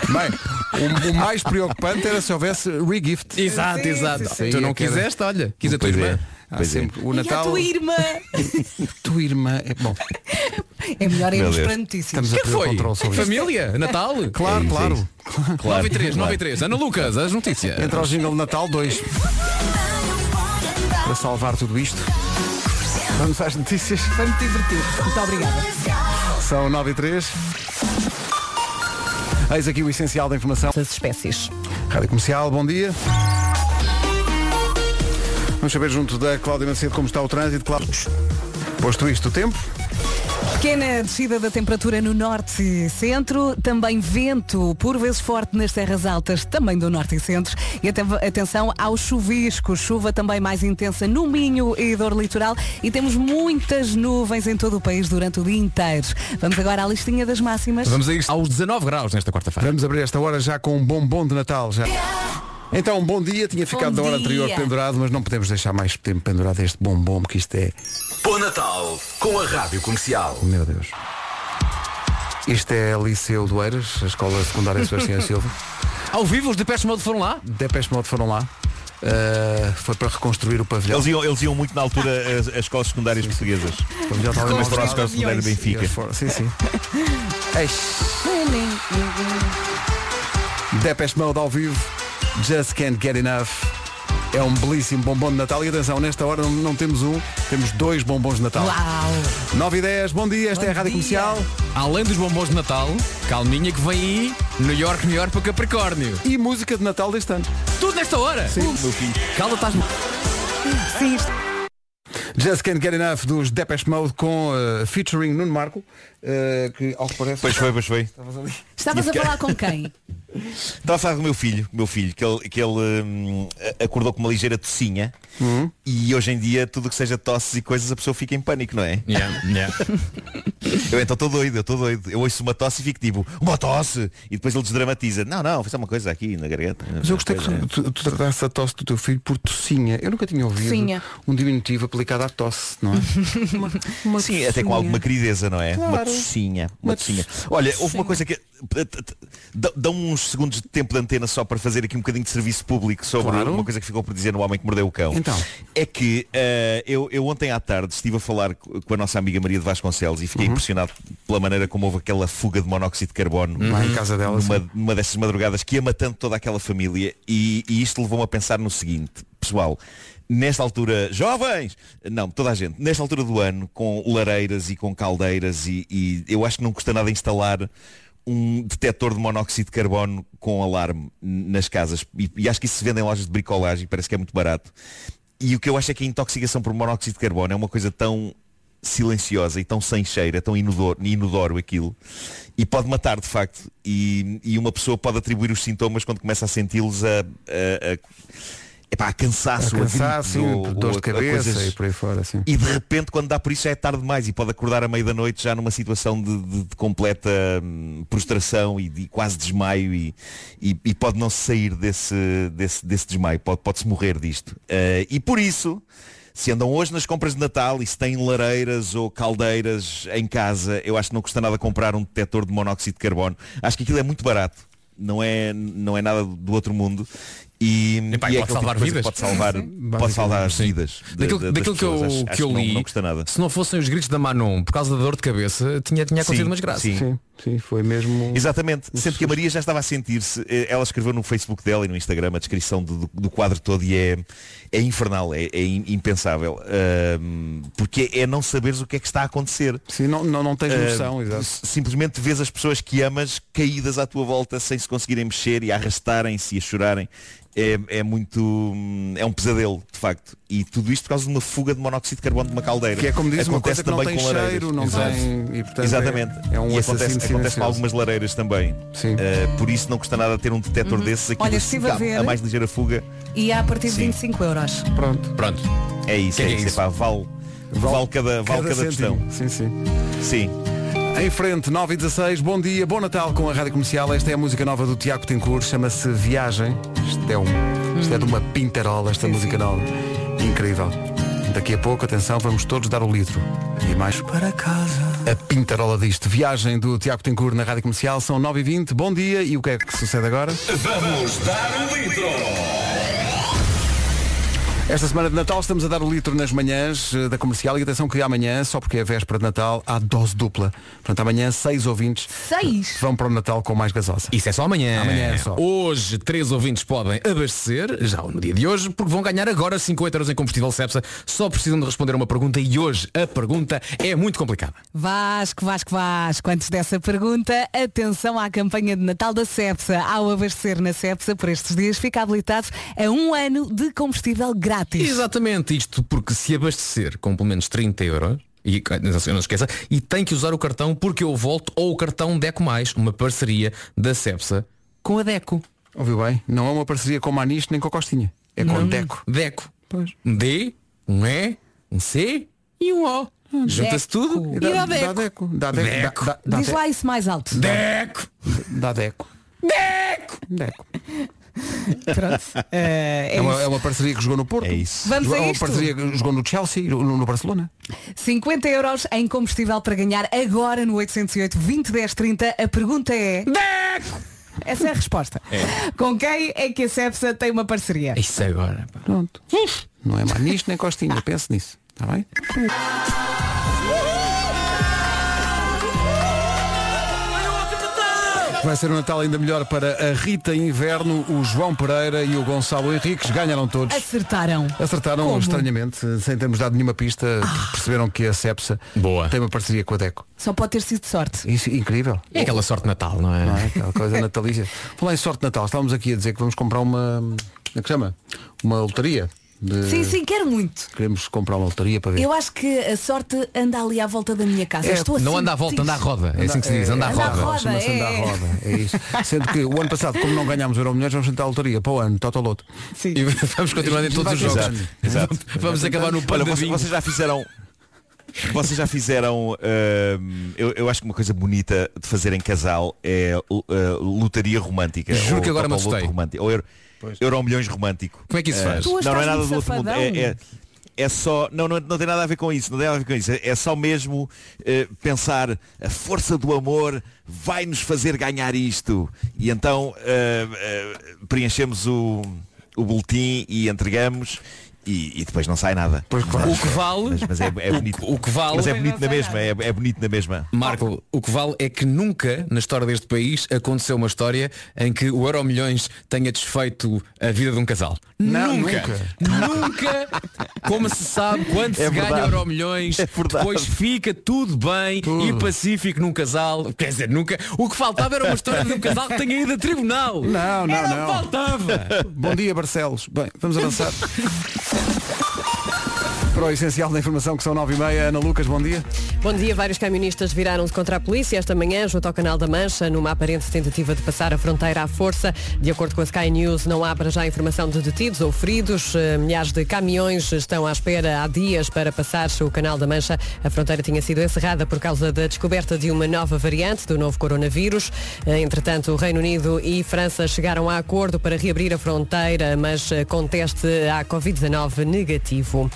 S2: Bem, o, o mais preocupante era se houvesse regift. é
S10: Exato, Sim, exato. sim, sim. Tu não quiseste, olha, quis a tua
S2: Pois
S10: irmã.
S2: Há
S10: Pois é.
S2: sempre o
S3: E a
S2: Natal.
S3: tua irmã?
S2: tua irmã é bom.
S3: É melhor
S2: Meu
S3: irmos
S2: Deus.
S3: para notícias.
S2: Estamos a
S10: Quem
S2: perder o
S10: foi?
S2: controle sobre isto.
S10: Família? Natal?
S2: Claro,
S10: É isso, é isso. 9
S2: claro.
S10: e 3, 9 e 3. Ana Lucas, as notícias.
S2: Entra ao jingle de Natal 2. Para salvar tudo isto. Vamos às notícias.
S3: Foi muito divertido. Muito obrigada.
S2: São 9 e 3. Eis aqui o essencial da informação.
S3: As espécies.
S2: Rádio Comercial, bom dia. Vamos saber junto da Cláudia Macedo como está o trânsito. Cláudia. Posto isto, o tempo?
S3: Pequena descida da temperatura no norte e centro, também vento por vezes forte nas terras altas, também do norte e centro. E até- atenção ao chuvisco, chuva também mais intensa no Minho e dor litoral e temos muitas nuvens em todo o país durante o dia inteiro. Vamos agora à listinha das máximas.
S10: Vamos a isto. Aos 19 graus nesta quarta-feira.
S2: Vamos abrir esta hora já com um bombom de Natal. Já. Então, um bom dia. Tinha ficado da hora
S10: dia.
S2: anterior pendurado, mas não podemos deixar mais tempo pendurado este bombom, porque isto é... oh,
S17: Bom Natal com a Rádio Comercial.
S2: Meu Deus. Isto é Liceu do Eiras, a Escola Secundária Sebastião é Silva.
S10: Ao vivo os Depeche Mode foram lá?
S2: Depeche Mode foram lá. Uh, foi para reconstruir o pavilhão.
S13: Eles iam, eles iam muito na altura as, as escolas secundárias portuguesas.
S2: já estava
S13: Mas foram à
S2: mal dado.
S13: escola secundária de Benfica.
S2: Sim, sim. Depeche Mode ao vivo, Just Can't Get Enough. É um belíssimo bombom de Natal e atenção, nesta hora não, não temos um, temos dois bombons de Natal.
S3: Uau!
S2: 9 e 10, bom dia, esta é a Rádio Comercial.
S10: Além dos bombons de Natal, calminha que vem aí, New York, New York para Capricórnio.
S2: E música de Natal deste ano.
S10: Tudo nesta hora?
S2: Sim.
S10: Calma, estás
S3: Sim,
S2: Just Can't Get Enough dos Depeche Mode com eh, featuring Nuno Marco, eh, que ao que parece...
S13: Pois foi, pois foi.
S2: Estavas ali.
S3: Estavas a falar com quem?
S13: Estava a falar do meu filho, meu filho, que ele, que ele hum, a- acordou com uma ligeira tocinha
S2: Hum.
S13: e hoje em dia tudo o que seja tosses e coisas a pessoa fica em pânico, não é? eu então estou doido, eu estou doido. Eu ouço uma tosse e fico tipo, uma tosse! E depois ele desdramatiza. Não, não, fiz uma coisa aqui na garganta.
S2: Mas eu gostei que
S13: Coisa.
S2: tu, tu, tu trataste a tosse do teu filho por tocinha. Eu nunca tinha ouvido
S13: Tocinha.
S2: um diminutivo aplicado à tosse, não é?
S13: Sim, até com alguma querideza, não é? Uma
S2: Claro.
S13: tocinha.
S2: Uma
S13: Uma tocinha.
S2: tocinha.
S13: Olha, houve uma coisa que. eh, Dá- Dão uns segundos de tempo de antena só para fazer aqui um bocadinho de serviço público sobre uma coisa que ficou por dizer no Homem que Mordeu o Cão.
S2: Então.
S13: É que eh, eu, eu ontem à tarde estive a falar co- com a nossa amiga Maria de Vasconcelos e fiquei impressionado pela maneira como houve aquela fuga de monóxido de carbono
S2: Lá em casa dela,
S13: Uhum. numa, numa dessas madrugadas que ia matando toda aquela família e, e isto levou-me a pensar no seguinte, pessoal, nesta altura, jovens, não, toda a gente, nesta altura do ano, com lareiras e com caldeiras e, e eu acho que não custa nada instalar um detector de monóxido de carbono com alarme n- nas casas e, e acho que isso se vende em lojas de bricolagem parece que é muito barato e o que eu acho é que a intoxicação por monóxido de carbono é uma coisa tão silenciosa e tão sem cheiro, é tão inodoro, inodoro aquilo, e pode matar de facto. E, e uma pessoa pode atribuir os sintomas quando começa a senti-los a, a, a, epá, a cansaço,
S2: A
S13: a
S2: cansaço,
S13: gripes ou-
S2: dor
S13: ou
S2: de
S13: a- a
S2: cabeça
S13: coisas-
S2: e por aí fora, sim.
S13: e de repente, quando dá por isso, já é tarde demais e pode acordar a meio da noite já numa situação de, de- de completa hum, prostração e de quase desmaio e, e- e pode não se sair desse, desse, desse desmaio, pode- pode-se morrer disto. Eh, e por isso, se andam hoje nas compras de Natal e se têm lareiras ou caldeiras em casa, eu acho que não custa nada comprar um detector de monóxido de carbono. Acho que aquilo é muito barato. Não é, não é nada do outro mundo. E,
S10: Epá, e
S13: e é aquele tipo
S10: pode
S13: de
S10: salvar
S13: coisa que
S10: vidas.
S13: Pode salvar,
S10: Sim,
S13: pode
S10: basicamente.
S13: salvar
S10: Sim.
S13: vidas. de-
S10: daquilo
S13: de- das
S10: daquilo que eu,
S13: pessoas. Acho-
S10: que
S13: acho
S10: eu
S13: não-
S10: li,
S13: não custa nada.
S10: se não fossem os gritos da Manon por causa da dor de cabeça, tinha, tinha acontecido
S13: Sim,
S10: umas graças.
S13: sim. Sim.
S2: Sim, foi mesmo. um
S13: Exatamente. Sendo que a Maria já estava a sentir-se. eh, Ela escreveu no Facebook dela e no Instagram a descrição do, do- do quadro todo e é, é infernal, é, é im- impensável. Ahm, porque é não saberes o que é que está a acontecer.
S2: Sim, não, não, não tens
S13: Ah,
S2: noção, exato.
S13: s- Simplesmente vês as pessoas que amas caídas à tua volta sem se conseguirem mexer e a arrastarem-se e a chorarem. É, é muito. hum, É um pesadelo, de facto. E tudo isto por causa de uma fuga de monóxido de carbono de uma caldeira.
S2: Que é como diz, uma
S13: acontece
S2: coisa que não
S13: também
S2: tem
S13: com lareiras.
S2: cheiro, não
S13: Exato.
S2: tem- e, portanto, é-
S13: Exatamente.
S2: é um
S13: e
S2: assassino
S13: acontece, acontece
S2: silencioso.
S13: com algumas lareiras também. Eh, por isso não custa nada ter um detector
S3: Uhum.
S13: desses aqui.
S3: Olha,
S13: do
S3: estive
S13: sul,
S3: a
S13: que
S3: ver.
S13: há mais ligeira fuga.
S3: E há a partir de
S13: Sim.
S3: 25 euros.
S2: Pronto.
S10: Pronto.
S13: É isso,
S2: Que
S13: é,
S2: que é
S13: isso.
S2: isso?
S13: Epá, vale, vale, cada, vale cada, questão.
S2: cêntimo. Sim, sim.
S13: Sim.
S2: Em frente, 9 e 16, bom dia, bom Natal com a Rádio Comercial. Esta é a música nova do Tiago Tencourt, chama-se Viagem. Isto é, um, isto é de uma pintarola, esta música nova. Incrível. Daqui a pouco, atenção, vamos todos dar o litro. E mais para casa. A pintarola disto. Viagem do Tiago Tencourt na Rádio Comercial. São 9 e 20, bom dia. E o que é que sucede agora?
S17: Vamos dar um litro.
S2: Esta semana de Natal estamos a dar o litro nas manhãs eh, da comercial e atenção que amanhã, só porque é véspera de Natal, há dose dupla. Portanto, amanhã seis ouvintes
S3: Seis.
S2: vão para o Natal com mais gasosa.
S10: Isso é só amanhã.
S2: Amanhã é só.
S10: Hoje, três ouvintes podem abastecer, já no dia de hoje, porque vão ganhar agora 50 euros em combustível Cepsa. Só precisam de responder a uma pergunta e hoje a pergunta é muito complicada.
S3: Vasco, Vasco, Vasco, antes dessa pergunta, atenção à campanha de Natal da Cepsa. Ao abastecer na Cepsa por estes dias, fica habilitado a um ano de combustível grátis.
S10: Exatamente isto, porque se abastecer com pelo menos 30 euros, e não, não esqueça, e tem que usar o cartão porque eu volto ou o cartão Deco Mais, uma parceria da Cepsa com a Deco.
S2: Ouviu bem? Não é uma parceria com Maniche nem com a Costinha. É com
S10: Não.
S2: Deco.
S10: Deco. Um D, um E, um C e um O. Junta-se tudo.
S2: E dá, dá deco. Dá deco.
S10: Deco.
S2: Dá, dá,
S3: Diz
S2: dá
S3: lá isso mais alto.
S10: Deco.
S2: Dá deco.
S3: Deco!
S2: Deco.
S3: Pronto. é
S2: é, uma,
S3: isso.
S2: é uma parceria que jogou no Porto. É isso.
S3: Vamos a
S2: é uma
S3: isto.
S2: parceria que jogou no Chelsea, no, no Barcelona.
S3: 50 euros em combustível para ganhar agora no 808 20 10 30. A pergunta é... Deco! Essa é a resposta. Com quem é que a Cepsa tem uma parceria?
S10: É Isso agora. pá.
S2: Pronto. Não é Maniche nem Costinha. Pense nisso. Está bem? Vai ser um Natal ainda melhor para a Rita Inverno, o João Pereira e o Gonçalo Henriques. Ganharam todos.
S3: Acertaram.
S2: Acertaram
S3: Como? Ah.
S2: estranhamente, sem termos dado nenhuma pista, perceberam que a Cepsa tem uma parceria com a Deco.
S3: Só pode ter sido sorte.
S2: Isso é incrível.
S10: É aquela sorte de natal, não é?
S2: Não é? Aquela coisa natalícia. Falar em sorte de Natal, estávamos aqui a dizer que vamos comprar uma. Como é que chama? Uma lotaria. de-
S3: Sim, sim, quero muito.
S2: Queremos comprar uma lotaria para ver.
S3: Eu acho que a sorte anda ali à volta da minha casa.
S2: É,
S3: Estou a
S2: não
S10: anda à volta,
S3: sentir-
S10: anda à roda. É assim que se diz, assim, anda à roda.
S2: Chama-se
S3: é.
S2: anda à roda. É isso. Sendo que o ano passado, como não ganhámos Euro Milhões, vamos tentar a lotaria para o ano, Totoloto.
S3: Sim.
S10: E vamos continuando em todos os jogos.
S13: Exato.
S10: Vamos acabar no
S13: Olha,
S10: pandadinho.
S13: vocês, vocês já fizeram. Vocês já fizeram. hum, eu, eu acho que uma coisa bonita de fazer em casal é uh, lotaria romântica.
S10: Juro
S13: ou
S10: que agora me
S13: Totoloto
S10: assustei.
S13: romântico, Ou euro, euro milhões romântico.
S10: Como é que isso se faz?
S13: Eh,
S10: Tu
S13: não,
S10: hoje
S13: não é
S10: estás
S13: nada
S10: muito
S13: do outro mundo. É,
S10: safadão.
S13: é- é só. Não, não, não tem nada a ver com isso. Não tem nada a ver com isso. É, é só mesmo eh, pensar a força do amor vai nos fazer ganhar isto. E então eh, eh, preenchemos o, o boletim e entregamos. E, e depois não sai nada.
S10: O que vale-
S13: Mas, mas é, é
S10: o-
S13: bonito.
S10: o que vale-
S13: Mas é
S10: Depois não
S13: bonito na
S10: sai
S13: mesma. É, é bonito na mesma.
S10: Marco, o que vale é que nunca na história deste país aconteceu uma história em que o Euro Milhões tenha desfeito a vida de um casal.
S2: Não,
S10: Nunca. Como se sabe, quando
S2: É
S10: se ganha
S2: verdade.
S10: Euro Milhões, depois fica tudo bem e pacífico num casal. Quer dizer, nunca. O que faltava era uma história de um casal que tenha ido a tribunal.
S2: Não, não,
S10: era
S2: não.
S10: O que faltava.
S2: Bom dia, Barcelos. Bem, vamos avançar. Para o essencial da informação, que são 9 e meia, Ana Lucas, bom dia.
S18: Bom dia, vários camionistas viraram-se contra a polícia esta manhã junto ao Canal da Mancha numa aparente tentativa de passar a fronteira à força. De acordo com a Sky News, não há para já informação de detidos ou feridos. Eh, Milhares de caminhões estão à espera há dias para passar o Canal da Mancha. A fronteira tinha sido encerrada por causa da descoberta de uma nova variante do novo coronavírus. Eh, Entretanto, o Reino Unido e França chegaram a acordo para reabrir a fronteira, mas eh, com teste à Covid-19 negativo.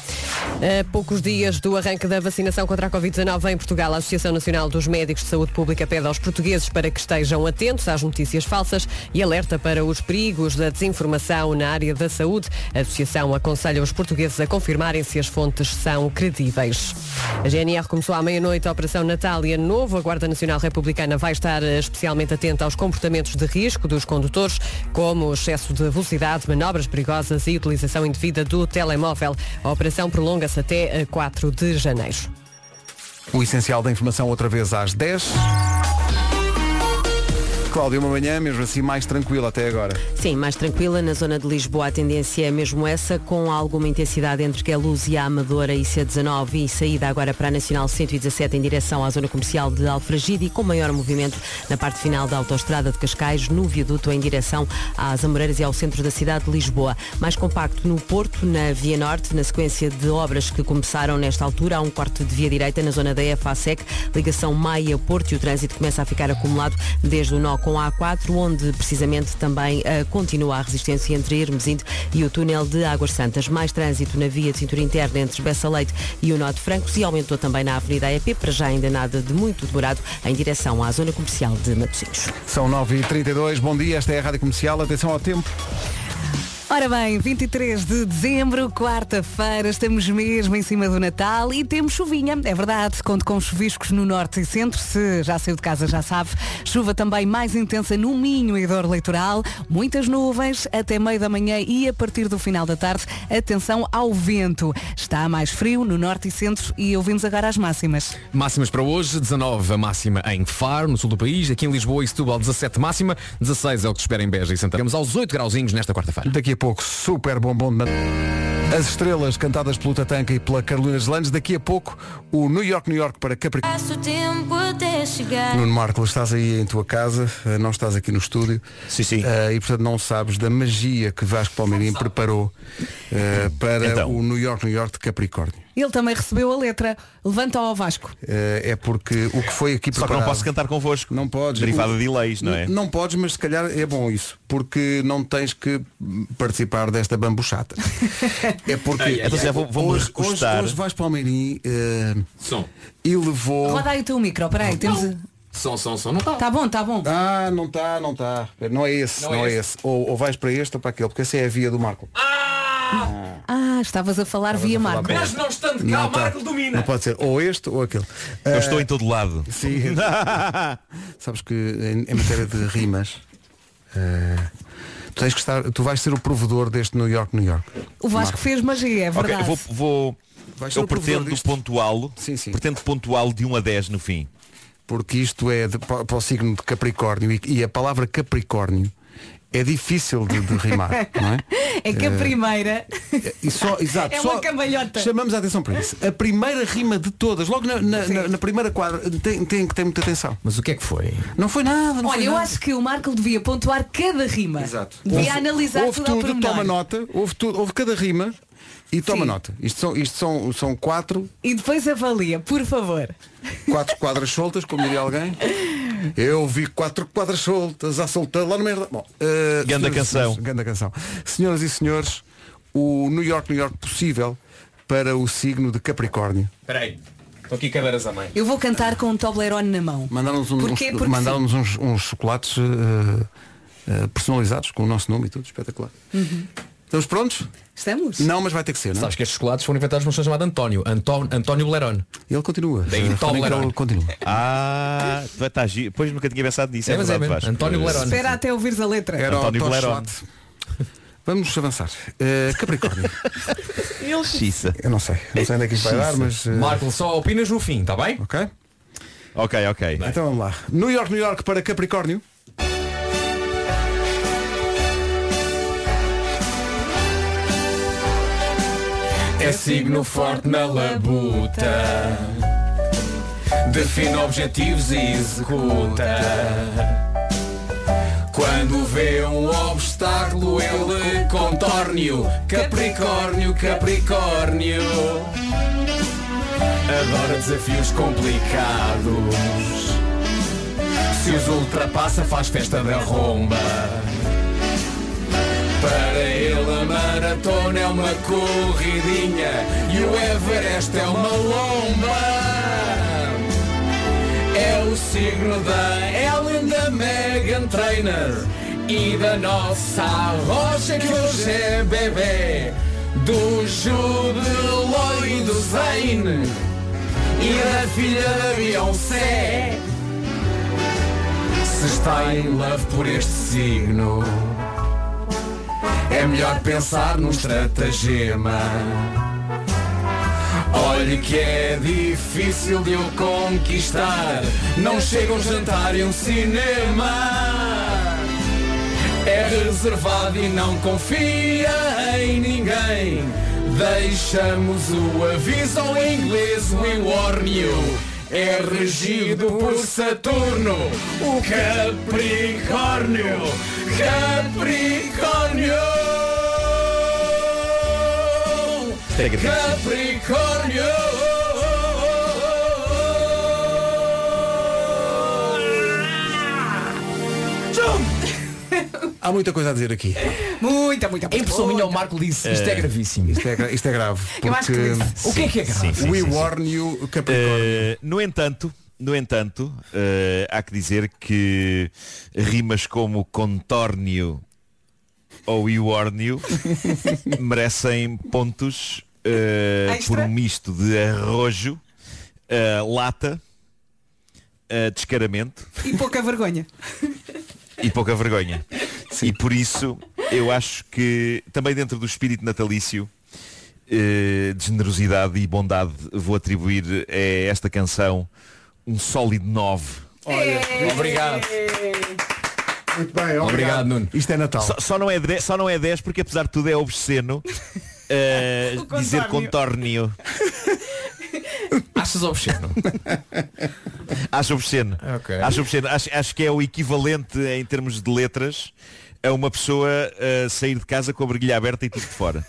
S18: A poucos dias do arranque da vacinação contra a Covid-19 em Portugal, a Associação Nacional dos Médicos de Saúde Pública pede aos portugueses para que estejam atentos às notícias falsas e alerta para os perigos da desinformação na área da saúde. A Associação aconselha os portugueses a confirmarem se as fontes são credíveis. A GNR começou à meia-noite a Operação Natália Novo. A Guarda Nacional Republicana vai estar eh, especialmente atenta aos comportamentos de risco dos condutores, como o excesso de velocidade, manobras perigosas e utilização indevida do telemóvel. A operação prolonga-se até eh, 4 de janeiro.
S2: O essencial da informação outra vez às 10. Cláudia, uma manhã mesmo assim mais tranquila até agora.
S11: Sim, mais tranquila. Na zona de Lisboa a tendência é mesmo essa, com alguma intensidade entre Queluz e a Amadora e C19 e saída agora para a Nacional 117 em direção à zona comercial de Alfragide e com maior movimento na parte final da autoestrada de Cascais, no viaduto em direção às Amoreiras e ao centro da cidade de Lisboa. Mais compacto no Porto, na Via Norte, na sequência de obras que começaram nesta altura, há um corte de via direita na zona da EFASEC, ligação Maia-Porto e o trânsito começa a ficar acumulado desde o nó com a A4, onde precisamente também eh, continua a resistência entre Hermesinde e o túnel de Águas Santas. Mais trânsito na via de cintura interna entre Bessa Leite e o nó de Francos e aumentou também na Avenida AEP, para já ainda nada de muito demorado em direção à zona comercial de Matosinhos.
S2: São 9h32, bom dia, esta é a Rádio Comercial, atenção ao tempo.
S3: Ora bem, 23 de dezembro, quarta-feira, estamos mesmo em cima do Natal e temos chuvinha, é verdade, conto com chuviscos no norte e centro, se já saiu de casa já sabe. Chuva também mais intensa no Minho e Douro Leitoral, muitas nuvens até meio da manhã e a partir do final da tarde, atenção ao vento. Está mais frio no norte e centro e ouvimos agora as máximas.
S10: Máximas para hoje, 19 a máxima em Faro, no sul do país, aqui em Lisboa e Setúbal 17 máxima, 16 é o que se espera em Beja e Santa. Chegamos aos 8 grauzinhos nesta quarta-feira.
S2: Daqui a pouco, super bombom de Natal. As estrelas cantadas pelo Tatanka e pela Carolina Gelandes, daqui a pouco o New York, New York para Capricórnio.
S19: Passo tempo até chegar.
S2: Nuno Marco, estás aí em tua casa, eh, não estás aqui no estúdio. Sim, sim. e portanto não sabes da magia que Vasco Palmeirim preparou eh, para
S13: Então.
S2: o New York, New York de Capricórnio.
S3: Ele também recebeu a letra, levanta ao Vasco.
S2: Eh, é porque o que foi aqui
S13: Só que não posso cantar convosco.
S2: Não podes.
S13: Derivada
S2: O-
S13: de leis, não é?
S2: N- Tipo, Não podes, mas se calhar é bom isso, porque não tens que participar desta bambuchata. é porque
S13: Ai, ai, Então, ai. já vou- vou-me
S2: hoje, hoje,
S13: recostar.
S2: hoje vais para o Almeirim eh, e levou.
S3: Roda aí o teu micro, peraí, temos...
S2: Som, som, som,
S3: Tá bom, tá bom.
S2: Ah, não está, não está. Não é esse, não, é esse. Ou, ou vais para este ou para aquele, porque essa é a via do Marco.
S3: Ah, estavas a falar via Marco.
S2: Mas não estando cá, Não tá. Marco
S3: domina.
S2: Não pode ser ou este ou aquele.
S13: Eu
S2: Ah,
S13: estou em todo lado.
S2: Sim. é Sabes que em, em matéria de rimas, ah, tu tens que estar, tu vais ser o provedor deste New York, New York.
S3: O Vasco fez magia, é
S13: Ok,
S3: verdade.
S13: vou, vou-
S2: Vai ser
S13: eu
S2: o provedor
S13: pretendo
S2: disto.
S13: pontuá-lo. Pretendo pontuá-lo de 1 a 10 no fim.
S2: Porque isto é de- para, para o signo de Capricórnio e, e a palavra Capricórnio é difícil de, de rimar, não é?
S3: É que a
S2: Eh,
S3: primeira
S2: E só, exato,
S3: É uma
S2: só
S3: cambalhota.
S2: Chamamos a atenção para isso. A primeira rima de todas, logo na, na- na- na primeira quadra, tem, tem que ter muita atenção.
S10: Mas o que é que foi?
S2: Não foi nada, não
S3: Olha,
S2: foi
S3: eu
S2: nada.
S3: acho que o Marco devia pontuar cada rima.
S2: Exato.
S3: Devia analisar
S2: ouve
S3: tudo, ao
S2: tudo,
S3: pormenor.
S2: toma nota, ouve tudo, ouve cada rima e toma
S3: Sim.
S2: nota. Isto são, isto são, são quatro,
S3: E depois avalia, por favor.
S2: quatro quadras soltas, como diria alguém. Eu vi quatro quadras soltas à solta lá no meio. da- Bom, eh,
S13: Ganda
S2: senhoras e
S13: canção.
S2: senhores, Ganda canção. Senhoras e senhores, o New York, New York possível para o signo de Capricórnio.
S10: Espera aí. Estão aqui cadeiras à mãe.
S3: Eu vou cantar com um Toblerone na mão.
S2: Mandaram-nos um-
S3: Porquê?
S2: uns,
S3: Porque
S2: mandaram-nos uns, uns chocolates eh, eh, personalizados com o nosso nome e tudo, espetacular.
S3: Uhum.
S2: Estamos prontos?
S3: Estamos.
S2: Não, mas vai ter que ser, não é?
S10: Sabes que estes chocolates foram inventados por um senhor chamado António. Antó- António Bleron.
S2: Ele continua. é
S10: Daí Toblerone.
S2: Continua.
S13: Ah, tu vai estar giro. Pois nunca tinha pensado nisso. É,
S10: É, mas é
S13: verdade,
S10: mesmo.
S13: Vasco.
S10: António Bleron.
S3: Espera até ouvires a letra.
S2: Era
S13: António
S2: o
S13: Valerón.
S2: Toshot. Vamos avançar. Eh, Capricórnio.
S13: Xiça.
S2: Eu não sei. Não sei onde é que isto vai dar, mas. eh,
S10: Marco, só opinas no fim, está
S13: tá
S10: bem?
S2: Ok.
S13: Ok, ok.
S2: Então vamos lá. New York, New York para Capricórnio.
S10: É signo forte na labuta. Define objetivos e executa.
S7: Quando vê um obstáculo, ele contorne-o. Capricórnio, Capricórnio.
S10: Adora desafios complicados. Se os ultrapassa, faz festa da romba.
S7: Para ele a maratona é uma corridinha e o Everest é uma lomba. É o signo da Ellen, da Megan Trainer e da nossa Rocha que hoje é bebê. Do Jude Law e do Zane e da filha da Beyoncé. Se está em love por este signo, é melhor pensar num estratagema. Olhe que é difícil de o conquistar. Não chega um jantar e um cinema. É reservado e não confia em ninguém. Deixamos o aviso ao inglês, we warn you. É regido por Saturno, o Capricórnio. Capricórnio! Capricórnio!
S2: Há muita coisa a dizer aqui.
S3: Muita, muita
S10: Em pessoa minha, o Marco disse, isto é gravíssimo.
S2: Isto é, gra- isto é grave.
S10: Eu acho que
S2: porque-
S10: disse. O que é que é grave?
S2: We warn you,
S13: Capricórnio. Eh, no entanto, no entanto, eh, há que dizer que rimas como contórnio ou we warn you merecem pontos eh, por um misto de arrojo, eh, lata, eh, descaramento
S3: E pouca vergonha.
S13: e pouca vergonha. E por isso eu acho que também dentro do espírito natalício eh, de generosidade e bondade vou atribuir eh, a esta canção um sólido 9.
S2: Olha,
S10: obrigado.
S2: Muito bem,
S13: Obrigado,
S10: Nuno.
S2: Isto é Natal.
S13: Só, só não é 10, só não é 10 porque apesar de tudo é obsceno eh, dizer contórnio.
S10: Achas obsceno?
S13: Acho obsceno. Acho obsceno. Acho, acho que é o equivalente em termos de letras a uma pessoa eh, sair de casa com a briguilha aberta e tudo de fora.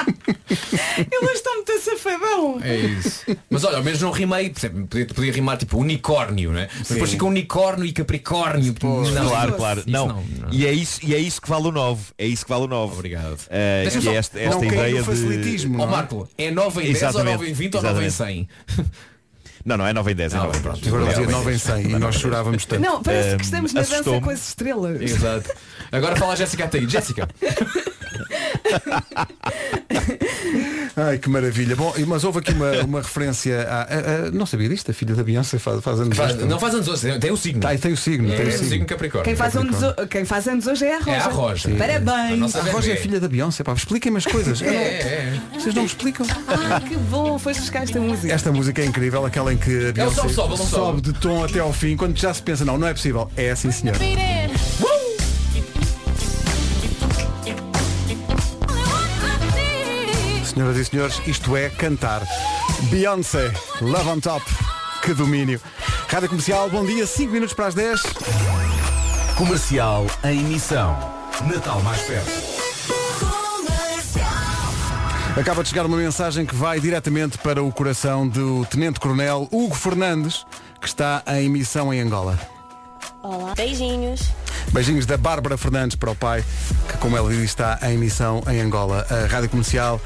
S15: Ele está muito safadão.
S10: É isso. Mas olha, ao menos não rimei, por exemplo, podia, podia rimar tipo unicórnio, né? Mas depois
S13: Sim.
S10: fica unicórnio e capricórnio. Não,
S13: claro,
S10: isso-
S13: claro.
S10: isso
S13: Não. E, é isso, e é isso que vale o 9. É isso que vale o 9. Obrigado.
S10: Deixa-me
S13: e
S10: só-
S13: é esta, esta ideia de...
S10: Ó Marco, é 9 em 10 ou 9 em 20 ou 9 em 100?
S13: Não, não, é 9 em 10. é 9 em 10.
S2: Agora dizia
S13: É
S2: 9 em 100 e nós chorávamos tanto. Ehm,
S3: Não, parece que
S13: Ahm,
S3: estamos na dança
S13: eh, assustou-me.
S3: com as estrelas.
S10: Exato. Agora fala a Jéssica até aí. Jéssica.
S2: Ai, que maravilha. Bom, e- mas houve aqui uma, uma referência a, a- a- Não sabia disto, a filha da Beyoncé faz, faz anos
S10: Faz-
S2: hoje.
S10: não faz anos hoje, tem- tem o signo.
S2: Tem, tem o signo,
S10: É,
S2: tem o
S10: é o
S2: signo.
S10: signo Capricórnio.
S3: Quem faz, um- anos, ho- quem faz anos hoje é a Roja.
S10: É a Roja. A
S3: Parabéns.
S10: nossa
S2: A Roja é
S10: bebê.
S2: filha da Beyoncé, pá, expliquem-me as
S10: É,
S3: É,
S2: coisas. Eu não- Vocês não me explicam?
S3: Ah, que bom, foste buscar esta música.
S2: Esta música é incrível, aquela em que a Beyoncé
S3: sobe, sobe, ele sobe.
S2: de tom até ao fim, quando já se pensa, não, não é possível. É assim, senhor.
S15: Woo!
S2: Senhoras e senhores, isto é cantar. Beyoncé, Love on Top, que domínio. Rádio Comercial, bom dia, 5 minutos para as 10.
S20: Comercial em missão. Natal mais perto.
S2: Acaba de chegar uma mensagem que vai diretamente para o coração do Tenente Coronel Hugo Fernandes, que está em missão em Angola.
S21: Olá. Beijinhos.
S2: Beijinhos da Bárbara Fernandes para o pai, que como ela diz está em missão em Angola. A Rádio Comercial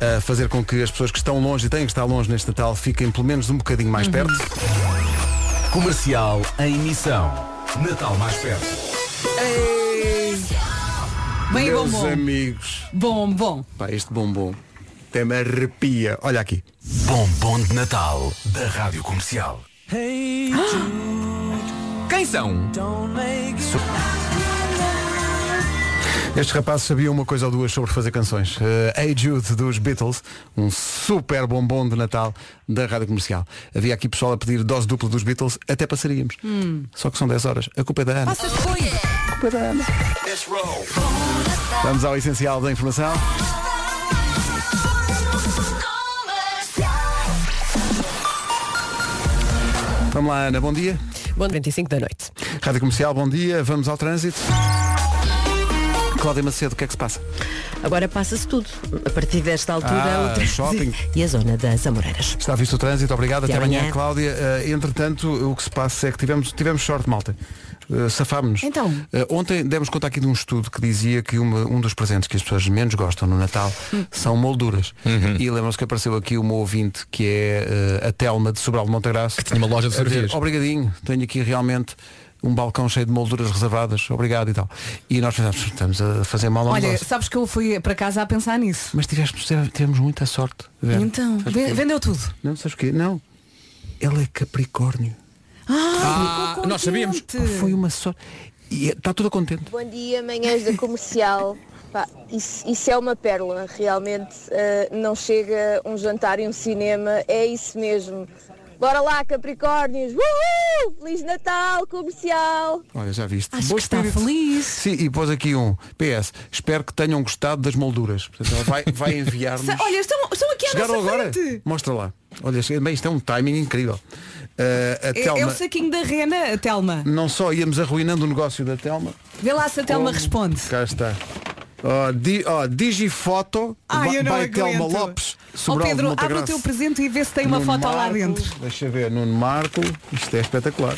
S2: a fazer com que as pessoas que estão longe e têm que estar longe neste Natal fiquem pelo menos um bocadinho
S3: Uhum.
S2: mais perto.
S20: Comercial em missão. Natal mais perto.
S3: Bem
S2: Meus
S3: bombom.
S2: amigos.
S3: Bom, bom.
S2: Pá, este bombom até me arrepia. Olha aqui.
S20: Bombom de Natal da Rádio Comercial.
S13: Ah!
S10: Quem são?
S2: Estes rapazes sabiam uma coisa ou duas sobre fazer canções. Eh, hey Jude dos Beatles, um super bombom de Natal da Rádio Comercial. Havia aqui pessoal a pedir dose dupla dos Beatles, até passaríamos.
S17: Hum.
S2: Só que são 10 horas. A culpa é da Ana.
S17: Passas foi. Culpa da Ana. Let's roll.
S2: Vamos ao essencial da informação. Vamos lá, Ana, bom dia.
S18: Bom, 25 da noite.
S2: Rádio Comercial, bom dia. Vamos ao trânsito. Cláudia Macedo, o que é que se passa?
S11: Agora passa-se tudo. A partir desta altura,
S2: Ah,
S11: o trânsito
S2: shopping.
S11: e a zona das Amoreiras.
S2: Está visto o trânsito, obrigado. Até,
S11: Até
S2: amanhã,
S11: amanhã.
S2: Cláudia. Eh, entretanto, o que se passa é que tivemos, tivemos sorte, malta. Eh, Safámos-nos.
S3: Então.
S2: Eh, ontem demos conta aqui de um estudo que dizia que uma- um dos presentes que as pessoas menos gostam no Natal
S3: Hum.
S2: são molduras.
S10: Uhum.
S2: E lembram-se que apareceu aqui uma ouvinte que é eh, a Telma de Sobral de Montagraço. Que
S10: tinha uma loja de
S2: cervejas.
S10: fotografias.
S2: Obrigadinho, tenho aqui realmente um balcão cheio de molduras reservadas. Obrigado e tal. E nós pensamos, estamos a fazer mal ao
S3: Olha,
S2: negócio.
S3: sabes que eu fui para casa a pensar nisso.
S2: Mas tivemos, tivemos muita sorte. Vera.
S3: Então,
S2: Sabes
S3: ve-
S2: porquê?
S3: vendeu tudo.
S2: Não, sabes porquê? Não. Ela é Capricórnio.
S3: Ah,
S2: nós sabíamos. Foi uma sorte. E está toda contente.
S22: Bom dia, manhãs da comercial. Pá, isso, isso é uma pérola, realmente. eh, não chega um jantar e um cinema, é isso mesmo. Bora lá, Capricórnios! Uhul! Feliz Natal, comercial!
S2: Olha, já viste.
S22: Acho
S2: Bom
S22: que está
S2: espírito.
S3: feliz.
S2: Sim, e pôs aqui um PS. Espero que tenham gostado das molduras. Portanto, ela vai, vai enviar-nos.
S3: Sa- Olha, estão, estão aqui à
S2: Chegaram
S3: nossa
S2: agora?
S3: frente.
S2: Mostra lá. Olha, che- bem, isto é um timing incrível. Uh, a
S3: É,
S2: Telma.
S3: é o saquinho da rena, a Telma.
S2: Não só íamos arruinando o negócio da Telma.
S3: Vê lá se a Telma
S2: como-
S3: responde.
S2: Cá está. Ó, di, ó, Digifoto
S3: Ai,
S2: vai
S3: eu não
S2: vai
S3: aguento.
S2: Telma Lopes.
S3: Ó
S2: Sobral de
S3: Oh, Pedro, abre o
S2: Montagraça.
S3: teu presente e vê se tem uma
S2: Nuno
S3: foto lá
S2: Marco,
S3: dentro.
S2: Deixa ver, Nuno Marco. Isto é espetacular.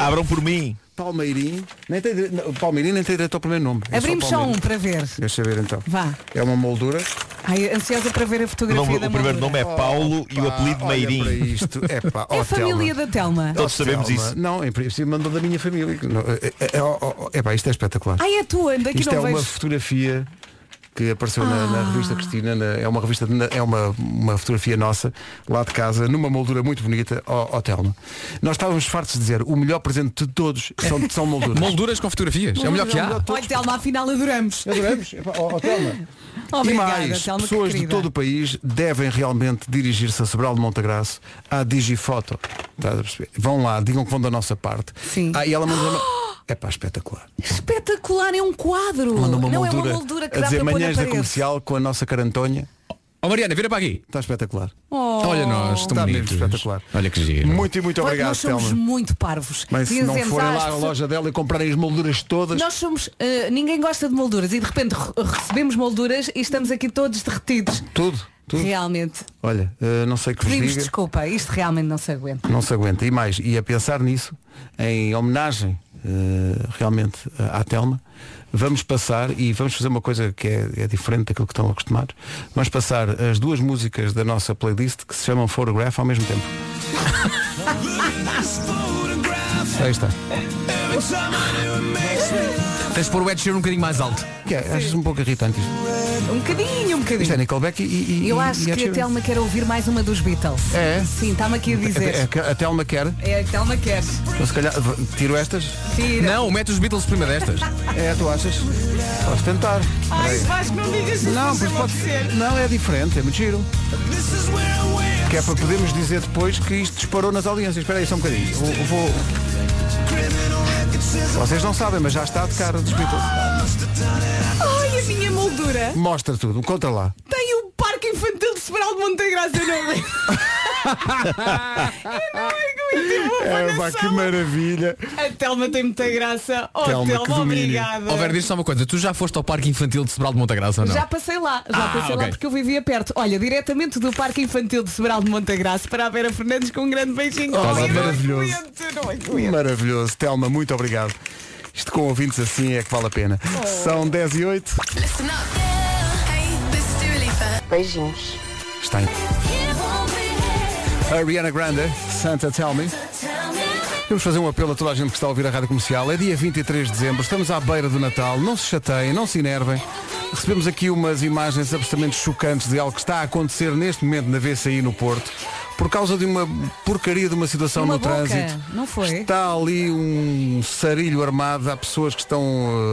S2: Ah,
S13: Abram por mim.
S2: Palmeirim. Nem tem, dire- não, Palmeirim nem tem direito ao primeiro nome. É
S3: Abrimos só
S2: Palmeirim.
S3: um para ver.
S2: Deixa ver então.
S3: Vá.
S2: É uma moldura.
S3: Ai, ansiosa para ver a fotografia
S13: O nome-
S3: da
S13: o primeiro
S3: moldura.
S2: Oh,
S13: nome é Paulo e o Oh,
S2: Opa,
S13: apelido
S2: olha
S13: Meirim.
S2: para isto. Epá,
S3: É
S2: ó,
S3: a família da Telma.
S2: Telma. Ó, Telma. Não, em princípio mandou da minha família. que não- é- é- é- ó, ó, epá, isto é espetacular.
S3: Ai, é tua, daqui
S2: Isto
S3: não
S2: é
S3: vejo. Ah.
S2: uma fotografia que apareceu na, na revista Cristina, na- é uma revista, de- na- é uma, uma fotografia nossa, lá de casa, numa moldura muito bonita, ao, ao Telmo. Nós estávamos fartos de dizer, o melhor presente de todos são, são molduras.
S10: Molduras com fotografias. É o melhor que há.
S3: Olha, Telma, afinal adoramos.
S2: Adoramos. Telma. e
S3: Obrigada,
S2: mais,
S3: Telma, que
S2: pessoas de
S3: querida.
S2: todo o país devem realmente dirigir-se a Sobral de Montagraço à Digifoto. Estás a perceber? Vão lá, digam que vão da nossa parte. Sim. Ah, e ela mandou uma... É pá, espetacular.
S3: Espetacular, é um quadro.
S2: Mandou uma
S3: não é
S2: moldura
S3: uma moldura que
S2: a
S3: dá
S2: dizer
S3: para pôr na
S2: manhãs da
S3: parede.
S2: comercial com a nossa carantonha.
S10: Ó Oh, Mariana, vira para aqui.
S2: Está espetacular.
S3: Oh.
S10: Olha nós,
S2: Está
S10: tão
S2: mesmo
S10: bonitos.
S2: espetacular.
S10: Olha que giro.
S2: Muito e muito obrigado,
S3: nós somos
S2: Telma.
S3: muito parvos.
S2: Mas se não
S3: Dizemos
S2: forem
S3: às
S2: lá à
S3: pessoas-
S2: loja dela e comprarem as molduras todas.
S3: Nós somos. eh, ninguém gosta de molduras e de repente re- recebemos molduras e estamos aqui todos derretidos.
S2: Tudo, tudo.
S3: Realmente.
S2: Olha, eh, não sei o que vos
S3: Pedimos
S2: diga.
S3: desculpa, isto realmente não se aguenta.
S2: Não se aguenta. E mais, e a pensar nisso, em homenagem eh, realmente à Telma, vamos passar e vamos fazer uma coisa que é, é diferente daquilo que estão acostumados. Vamos passar as duas músicas da nossa playlist que se chamam Photograph ao mesmo tempo. Aí está.
S10: Tens de pôr o Ed Sheeran um bocadinho mais alto.
S2: Que é, achas um pouco irritante isto.
S3: Um bocadinho, um bocadinho.
S2: Isto é Nickelback e, e- e-
S3: Eu acho
S2: e
S3: que
S2: Ed
S3: a
S2: Sheeran.
S3: Telma quer ouvir mais uma dos Beatles.
S2: É?
S3: Sim, está-me aqui a dizer.
S2: É que A Telma quer.
S3: É, a Telma quer.
S2: Então, se calhar, v- tiro estas?
S3: Tira.
S10: Não, mete os Beatles primeiro destas.
S2: É, tu achas? Podes tentar. Peraí.
S15: não digas isso.
S2: Não, pois pode ser. Não, é diferente, é muito giro. Que é para podermos dizer depois que isto disparou nas audiências. Espera aí só um bocadinho. Eu- eu vou... Vocês não sabem, mas já está de cara dos Beatles.
S15: Ai, a minha moldura
S2: Mostra tudo, conta lá.
S15: tem o pá
S3: um parque infantil de Sobral de Monte Graça, eu não aguento. eu não aguento, eu vou para
S2: É, pá, que maravilha.
S3: A Telma tem muita graça. Oh, Telma, obrigada.
S10: Houver, diz-te só uma coisa, tu já foste ao Parque Infantil de Sobral de Montagraça ou não?
S3: Já passei lá, já
S10: Ah,
S3: passei
S10: ok.
S3: lá porque eu vivia perto. Olha, diretamente do Parque Infantil de Sobral de Montagraça para a Vera Fernandes com um grande beijinho.
S2: Oh,
S3: Eu não
S2: maravilhoso.
S3: aguento, eu não é aguento.
S2: Maravilhoso. Telma, muito obrigado. Isto com ouvintes assim é que vale a pena.
S3: Oh.
S2: São 10 e 8.
S4: Beijinhos.
S2: Está em... A Rihanna Grande, Santa Tell Me. Vamos fazer um apelo a toda a gente que está a ouvir a rádio comercial. É dia 23 de dezembro, estamos à beira do Natal. Não se chateiem, não se enervem. Recebemos aqui umas imagens absolutamente chocantes de algo que está a acontecer neste momento na VCI no Porto, por causa de uma porcaria de uma situação
S3: Uma
S2: no
S3: boca,
S2: trânsito.
S3: não foi?
S2: Está ali um sarilho armado, há pessoas que estão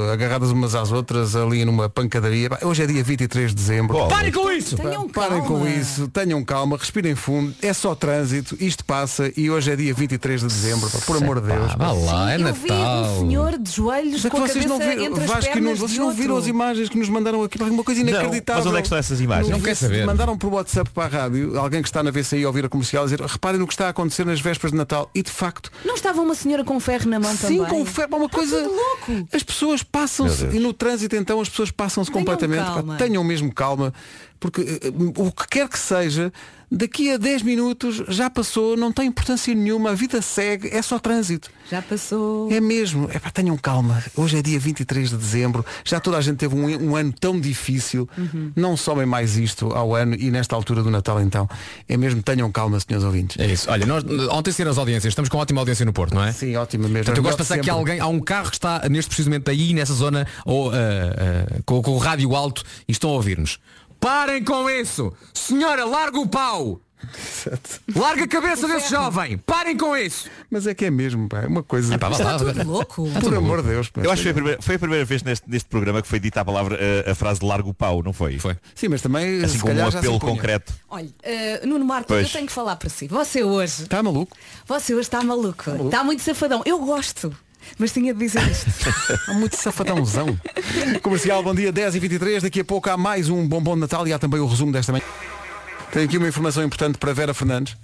S2: eh, agarradas umas às outras ali numa pancadaria. Pá, Hoje é dia 23 de dezembro.
S10: Parem com isso! Tenham
S2: Parem com
S10: calma.
S2: isso, tenham calma, respirem fundo, é só trânsito, isto passa e hoje é dia 23 de dezembro, pá, por amor de Deus.
S10: vá lá, é
S3: Eu vi um senhor de joelhos
S2: Mas é que
S3: com a
S2: vocês
S3: cabeça
S2: não viram-
S3: entre as
S2: Vasco,
S3: pernas
S2: não- vocês
S3: de
S2: não
S3: outro.
S2: viram as imagens que nos mandaram aqui, uma coisa
S13: Não,
S2: inacreditável.
S13: mas onde é que estão essas imagens?
S2: No
S13: Não quer
S2: VC
S13: saber.
S2: Mandaram por WhatsApp para a rádio, alguém que está na VCI a ouvir a comercial, a dizer, reparem no que está a acontecer nas vésperas de Natal. E de facto,
S3: Não estava uma senhora com ferro na mão
S2: Sim,
S3: também? Tá
S2: com ferro, uma coisa... louco. As pessoas passam-se,
S13: Meu
S2: e no trânsito então as pessoas passam-se completamente. Pá,
S3: calma.
S2: tenham mesmo calma, porque eh, o que quer que seja, daqui a 10 minutos já passou, não tem importância nenhuma, a vida segue, é só trânsito.
S3: Já passou.
S2: É mesmo, é pá, tenham calma. Hoje é dia 23 de dezembro, já toda a gente teve um, um ano tão difícil, não somem mais isto ao ano e nesta altura do Natal então. É mesmo, tenham calma, senhores ouvintes.
S10: É isso. Olha, nós ontem saíram as audiências, estamos com ótima audiência no Porto, não é?
S2: Sim, ótima mesmo.
S10: Portanto, eu gosto de
S2: Melhor
S10: pensar que há
S2: sempre.
S10: alguém, há um carro que está neste precisamente aí, nessa zona, ou, ah, ah, com, com o rádio alto e estão a ouvir-nos. Parem com isso! Senhora, larga o pau! Larga a cabeça desse jovem! Parem com isso!
S2: Mas é que é mesmo, pá, é uma coisa.
S10: pá, vá lá, vá lá.
S2: Por amor de Deus. pá.
S13: Eu acho que foi a primeira, foi a primeira vez neste, neste programa que foi dita a palavra eh, a, a frase de largo pau, não foi? Foi.
S2: Sim, mas também
S13: assim
S2: se
S13: como um
S2: calhar já se
S13: apelo
S2: impunha.
S13: concreto.
S3: Olha, eh, Nuno Marco,
S13: Pois.
S3: eu tenho que falar para si. Você hoje.
S2: Está maluco?
S3: Você hoje está maluco. Está muito safadão. Eu gosto. Mas tinha de dizer isto.
S2: Há muito safadãozão. Comercial, bom dia, 10 e 23 Daqui a pouco há mais um bombom de Natal e há também o resumo desta manhã. Tenho aqui uma informação importante para Vera Fernandes.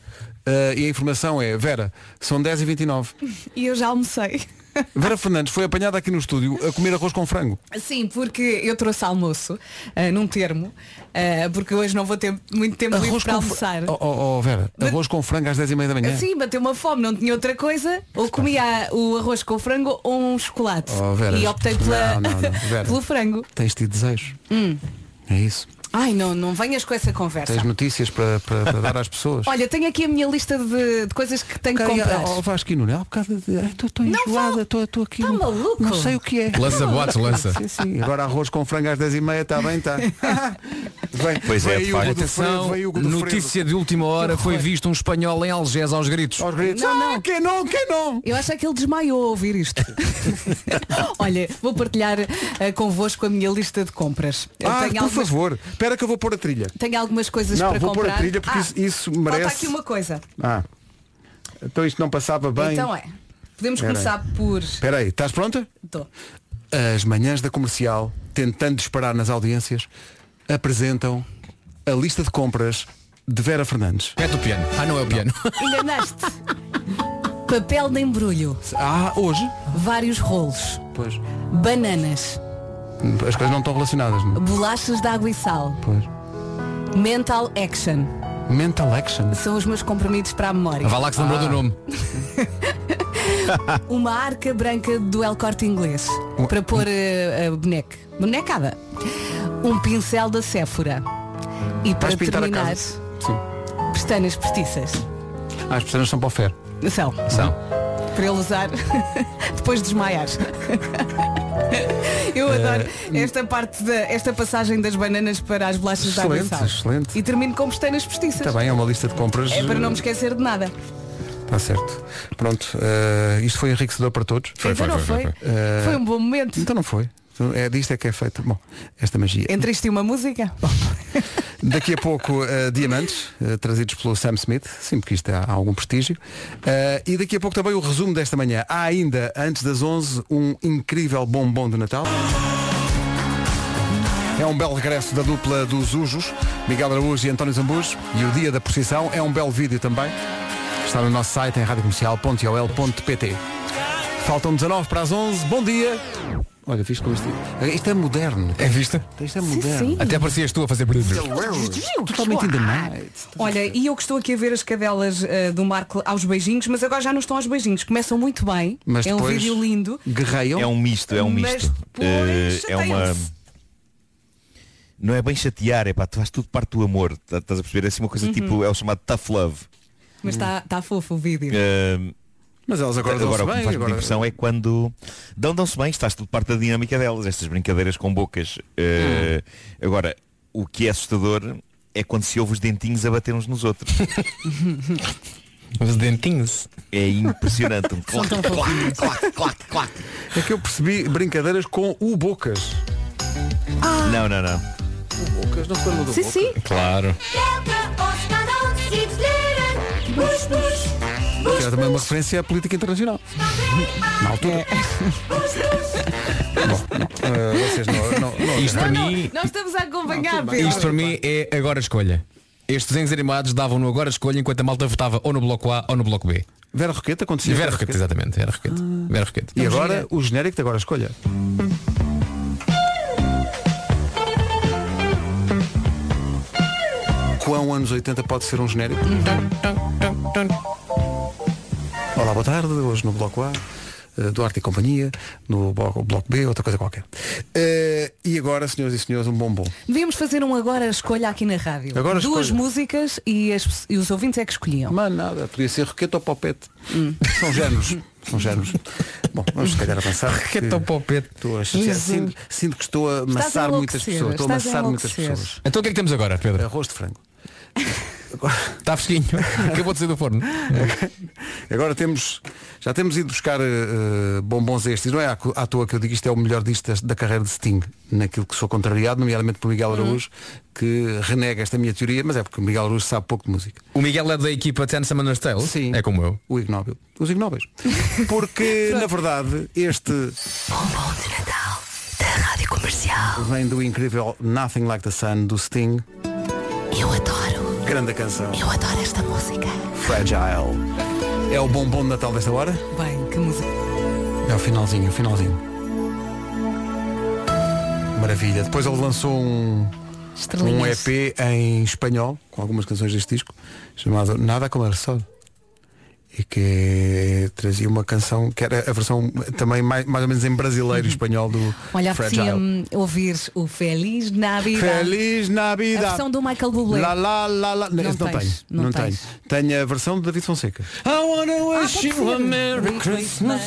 S2: Eh, e a informação é, Vera, são 10 e 29
S3: E eu já almocei.
S2: Vera Fernandes foi apanhada aqui no estúdio a comer arroz com frango.
S3: Sim, porque eu trouxe almoço ah, num termo, ah, porque hoje não vou ter muito tempo livre para
S2: com fra-
S3: almoçar.
S2: Oh, oh, oh, Vera, arroz com frango às 10 e meia da manhã.
S3: Sim, Assim, bateu uma fome, não tinha outra coisa. Ou comia o arroz com frango ou um chocolate.
S2: Oh, Vera.
S3: e optei pela-
S2: Não, não, não, Vera.
S3: pelo frango.
S2: Tens tido desejos.
S3: Hum.
S2: É isso.
S3: Ai, não, não venhas com essa conversa.
S2: Tens notícias para, para- para dar às pessoas.
S3: É Olha, tenho aqui a minha lista de, de coisas que tenho que comprar.
S2: Oh, Vasquino, não é? Há bocado de- Ai, tô- tô enjoada, estou aqui.
S3: Está maluco?
S2: Não sei o que é.
S10: Lança boatos, lança.
S2: Sim, sim. Agora arroz com frango às 10h30, está tá bem, está. Vem,
S10: Pois é,
S2: vem
S10: de
S2: o
S10: facto.
S2: Godofredo,
S10: Atenção,
S2: vem o Godofredo.
S10: notícia de última hora, foi visto um espanhol em Algés aos gritos.
S2: Aos gritos. Não, não, que não, que não.
S3: Eu acho é que ele desmaiou ao ouvir isto. Olha, vou partilhar ah, convosco a minha lista de compras. Eu
S2: Ah, por
S3: tenho, algumas,
S2: favor, espera que eu vou pôr a trilha.
S3: tenho algumas coisas
S2: não,
S3: para
S2: vou
S3: comprar.
S2: pôr a trilha porque
S3: Ah,
S2: isso, isso
S3: falta
S2: merece.
S3: aqui uma coisa.
S2: Ah, então isto não passava bem.
S3: Então é. Podemos
S2: Espera aí.
S3: começar por.
S2: Espera aí, estás pronta?
S3: Estou.
S2: As manhãs da comercial, tentando disparar nas audiências, apresentam a lista de compras de Vera Fernandes.
S10: Mete o piano. Ah, não é o piano.
S3: Enganaste. Papel de embrulho.
S2: Ah, hoje?
S3: Vários rolos.
S2: Pois.
S3: Bananas.
S2: As coisas não estão relacionadas, não?
S3: Bolachas de água e sal.
S2: Pois.
S3: Mental Action.
S2: Mental Action.
S3: São os meus comprimidos para a memória.
S10: Vá lá que se lembrou do
S2: Ah.
S10: nome.
S3: Uma arca branca do El Corte Inglês.
S2: Um-
S3: Para pôr eh, a boneca. Bonecada. Um pincel da Sephora. E para
S2: Vais pintar a
S3: terminar,
S2: casa. Sim.
S3: pestanas postiças.
S2: Ah, as pessoas são para o fer.
S3: São.
S2: São.
S3: Para ele usar depois de desmaiar.
S2: Hum.
S3: Eu adoro
S2: Eh,
S3: esta parte, da, esta passagem das bananas para as bolachas da
S2: Excelente,
S3: aguçal.
S2: excelente.
S3: E termino com pestanas postiças.
S2: Está bem, é uma lista de compras.
S3: É para não me esquecer de nada.
S2: Está Tá certo. Pronto, eh, isto foi enriquecedor para todos.
S3: Foi, Então foi, não foi, foi, foi.
S2: Eh,
S3: Foi um bom momento.
S2: Então não foi. É disto é que é feito. Bom, esta magia.
S3: Entre isto e uma música.
S2: Daqui a pouco, eh, diamantes, eh, trazidos pelo Sam Smith, sim, porque isto é, há, há algum prestígio. Eh, e daqui a pouco também o resumo desta manhã. Há ainda, antes das 11, um incrível bombom de Natal. É um belo regresso da dupla dos Ujos, Miguel Araújo e António Zambujo. E o dia da procissão é um belo vídeo também. Está no nosso site em radiocomercial.ol.pt Faltam 19 para as 11. Bom dia! Olha, viste como isto... Isto é moderno.
S10: É vista?
S2: Isto é moderno. Sim, sim.
S10: Até parecias tu a fazer
S2: Totalmente in the night.
S3: Olha, e eu que estou aqui a ver as cadelas eh, do Marco aos beijinhos, mas agora já não estão aos beijinhos. Começam muito bem.
S13: Mas
S3: é um
S13: depois-
S3: vídeo lindo.
S2: Guerreiam?
S13: É um misto, é um
S3: Mas
S13: misto.
S3: depois
S13: Eh, é uma.
S3: chateiam-se.
S13: Não é bem chatear, é pá, tu faz tudo parte do amor. tá- Estás a perceber? É assim uma coisa
S3: Uhum.
S13: tipo, é o chamado tough love.
S3: Mas está tá fofo o vídeo.
S10: Eh,
S2: Mas elas agora dão-se
S13: Ehm, agora o que me
S2: bem,
S13: faz
S2: agora-
S13: muita impressão é quando dão dão-se bem, estás tudo parte da dinâmica delas, estas brincadeiras com bocas. Eh,
S2: Hum.
S13: Agora, o que é assustador é quando se ouve os dentinhos a bater uns nos outros.
S10: os dentinhos.
S13: É impressionante.
S2: São tão fofinhos. É que eu percebi brincadeiras com o Bocas. Ah,
S13: Não, não, não.
S2: O Bocas não foi no do
S13: Sim,
S2: Bocas.
S13: sim. Claro.
S2: Que era também uma referência à política internacional. Na altura. é. Bom, não, eh, vocês não, não, não
S10: Isto para mim
S3: Nós estamos a
S2: Ah,
S3: acompanhar, Pedro.
S10: Isto para mim é agora escolha. Estes desenhos animados davam no agora escolha enquanto a malta votava ou no bloco A ou no bloco B.
S2: Vera Roqueta acontecia.
S10: Vera Roqueta, exatamente. Vera Roqueta. Vera Roqueta.
S2: E agora o genérico de agora escolha. Quão anos 80 pode ser um genérico? Olá, boa tarde. Hoje no Bloco A, eh, Duarte e Companhia, no Bloco Bloco B, outra coisa qualquer. Eh, e agora, senhoras e senhores, um bombom.
S3: Devíamos fazer um agora escolha aqui na rádio.
S2: Agora
S3: Duas
S2: escolha.
S3: músicas e, as- e os ouvintes é que escolhiam.
S2: Mas nada, podia ser Roqueta ou Popete. Hum. São géneros. São géneros. Bom, vamos se calhar avançar. Roqueta ou
S10: Popete.
S2: é. Sinto, sinto que estou a amassar
S10: a
S2: muitas
S10: enlouquecer,
S2: pessoas. Estou a
S10: estás a
S2: amassar muitas
S10: enlouquecer.
S2: pessoas.
S10: Então o que é que temos agora, Pedro?
S2: Arroz de frango.
S10: Está fresquinho. Acabou de sair do forno.
S2: Agora temos, já temos ido buscar eh, bombons estes. E Não é à, cu- à toa que eu digo isto é o melhor disto das- da carreira de Sting, naquilo que sou contrariado, nomeadamente por Miguel
S17: Uhum.
S2: Araújo, que renega esta minha teoria, mas é porque o Miguel Araújo sabe pouco de música.
S10: O Miguel é da equipa Ten Semanas Tale. Sim. É como eu.
S2: O ignóbil. Os ignóbeis. Porque, na verdade, este
S17: Da Rádio Comercial.
S2: vem do incrível Nothing Like the Sun do Sting.
S17: Eu adoro.
S2: Grande canção.
S17: Eu adoro esta música.
S2: Fragile. É o bombom de Natal desta hora?
S3: Bem, que música.
S2: É o finalzinho, o finalzinho. Maravilha. Depois ele lançou um, um
S3: Estrelinhas.
S2: EP em espanhol, com algumas canções deste disco, chamado Nada como el sol. E que trazia uma canção que era a versão também mais, mais ou menos em brasileiro e espanhol do
S3: Olha,
S2: Fragile.
S3: apetecia-me ouvir o Feliz Navidad.
S2: Feliz
S3: A
S2: Navidad!
S3: versão do Michael Bublé.
S2: Lá, lá, lá, lá. Não,
S3: Não
S2: esse não tenho.
S3: tens,
S2: Não,
S3: não
S2: tenho.
S3: tens.
S2: Tenho a versão de David Fonseca.
S10: I wanna wish
S17: you a Merry Christmas.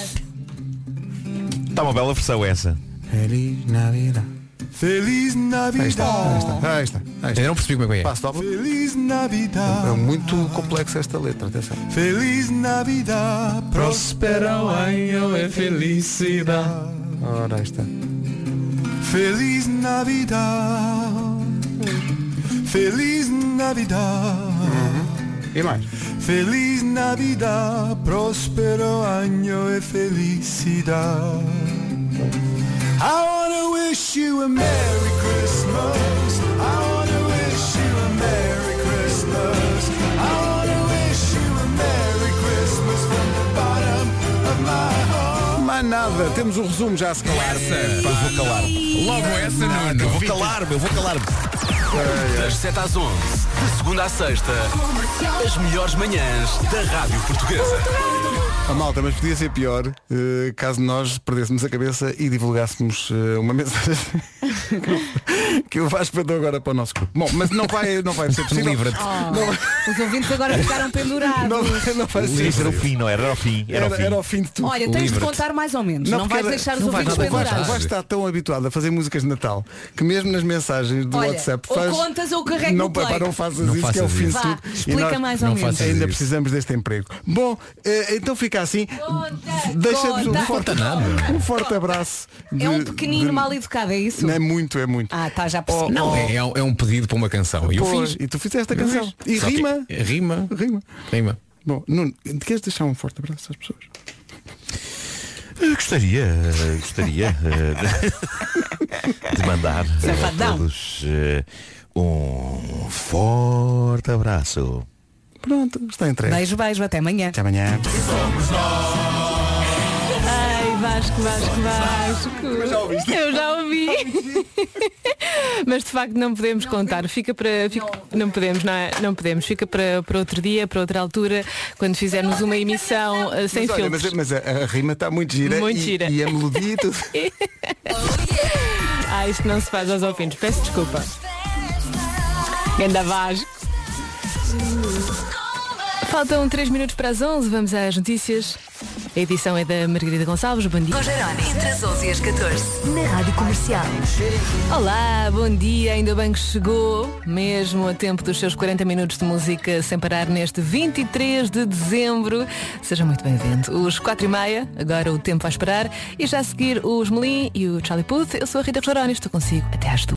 S13: Está Tá uma bela versão essa.
S2: Feliz Navidad.
S17: Feliz Navidad.
S2: Aí está, aí está, aí está. Ainda
S10: não percebi como é que é.
S2: Passo dobro.
S17: Feliz Navidad.
S2: É muito complexa esta letra, atenção.
S17: Feliz Navidad. Prospera o año e felicidade.
S2: Ora, aí está.
S17: Feliz Navidad. Feliz Navidad.
S2: Uhum. E mais?
S17: Feliz Navidad, próspero año e felicidad. I wanna wish you a Merry Christmas. I wanna wish you a Merry Christmas. I wanna wish you a Merry Christmas from the bottom of my heart.
S2: Mais nada, temos o resumo já a se calar. é-
S13: Eu vou
S7: um
S13: calar.
S10: Logo essa, Nuno.
S13: Eu vou calar-me, eu vou calar-me.
S20: Das 7 às 11, de segunda à sexta, as melhores manhãs da Rádio Portuguesa.
S2: A malta, mas podia ser pior eh, caso nós perdêssemos a cabeça e divulgássemos eh, uma mensagem que o- que o Vasco mandou agora para o nosso grupo. Bom, mas não vai, não vai ser possível.
S10: Livra-te.
S3: Oh, Os ouvintes agora ficaram pendurados.
S2: Não, vai- não vai ser.
S13: Sim, era o fim, não é? era? Era o fim. Era, o
S2: Era,
S13: fim.
S2: era o fim de tudo.
S3: Olha, tens de contar mais ou menos. Um Não,
S2: porque
S3: vais
S2: era-
S3: deixar os
S2: não vai
S3: ouvintes
S2: nada. O Vasco-
S3: pendurados.
S2: O Vasco está tão habituado a fazer músicas de Natal que mesmo nas mensagens do
S3: Olha,
S2: WhatsApp
S3: ou
S2: faz.
S3: contas ou carrega
S2: não,
S3: no play.
S2: pá, não faças
S3: Não
S2: isso que é o
S3: faças
S2: fim
S3: isso.
S2: de
S3: Vá,
S2: tudo. E
S3: explica
S2: nós
S3: mais ou Não menos. faças
S2: Ainda
S3: isso.
S2: precisamos deste emprego. Bom, eh, então fica assim. Deixa-nos um
S3: conta.
S2: forte,
S3: Conta nada.
S2: um forte abraço.
S3: É um
S2: de-
S3: pequenino
S2: de-
S3: mal educado, é isso?
S2: Não é muito, é muito.
S3: Ah, tá, já percebi.
S10: Não,
S2: oh,
S10: é, é um, é um pedido para uma canção. E eu
S2: Pois,
S10: fiz.
S2: e tu fizeste a
S10: Eu
S2: canção.
S10: fiz.
S2: E
S10: Só que-
S2: rima.
S10: Rima.
S2: Rima.
S10: Rima.
S2: Bom, Nuno, queres deixar um forte abraço às pessoas?
S13: Eh, Gostaria, eh, gostaria. eh, de mandar eh, a
S3: Safadão.
S13: todos eh, um forte abraço.
S2: Pronto, está entregue.
S3: Beijo, beijo, até amanhã.
S2: Até amanhã.
S3: Ai, Vasco, Vasco, Vasco. Eu já ouvi.
S5: Mas de facto não podemos contar. Fica para. fica- não, podemos, não é? Não podemos. Fica para, para outro dia, para outra altura, quando fizermos uma emissão eh, sem
S2: mas, olha,
S5: filtros.
S2: mas, mas a, a rima está muito gira.
S5: Muito
S2: e,
S5: gira.
S2: E a melodia e tudo.
S5: Ah, isto não se faz aos ouvintes. Peço desculpa. Ganda Vasco. Faltam 3 minutos para as 11. Vamos às notícias. A edição é da Margarida Gonçalves. Bom dia.
S8: Com Jerónimo, entre as 11 e as 14, na Rádio Comercial.
S5: Olá, bom dia, ainda bem que chegou, mesmo a tempo dos seus 40 minutos de música sem parar neste 23 de dezembro. Seja muito bem-vindo. Os 4 e meia, agora o tempo vai esperar, e já a seguir os Melim e o Charlie Puth. Eu sou a Rita Rogeroni, estou consigo até às duas.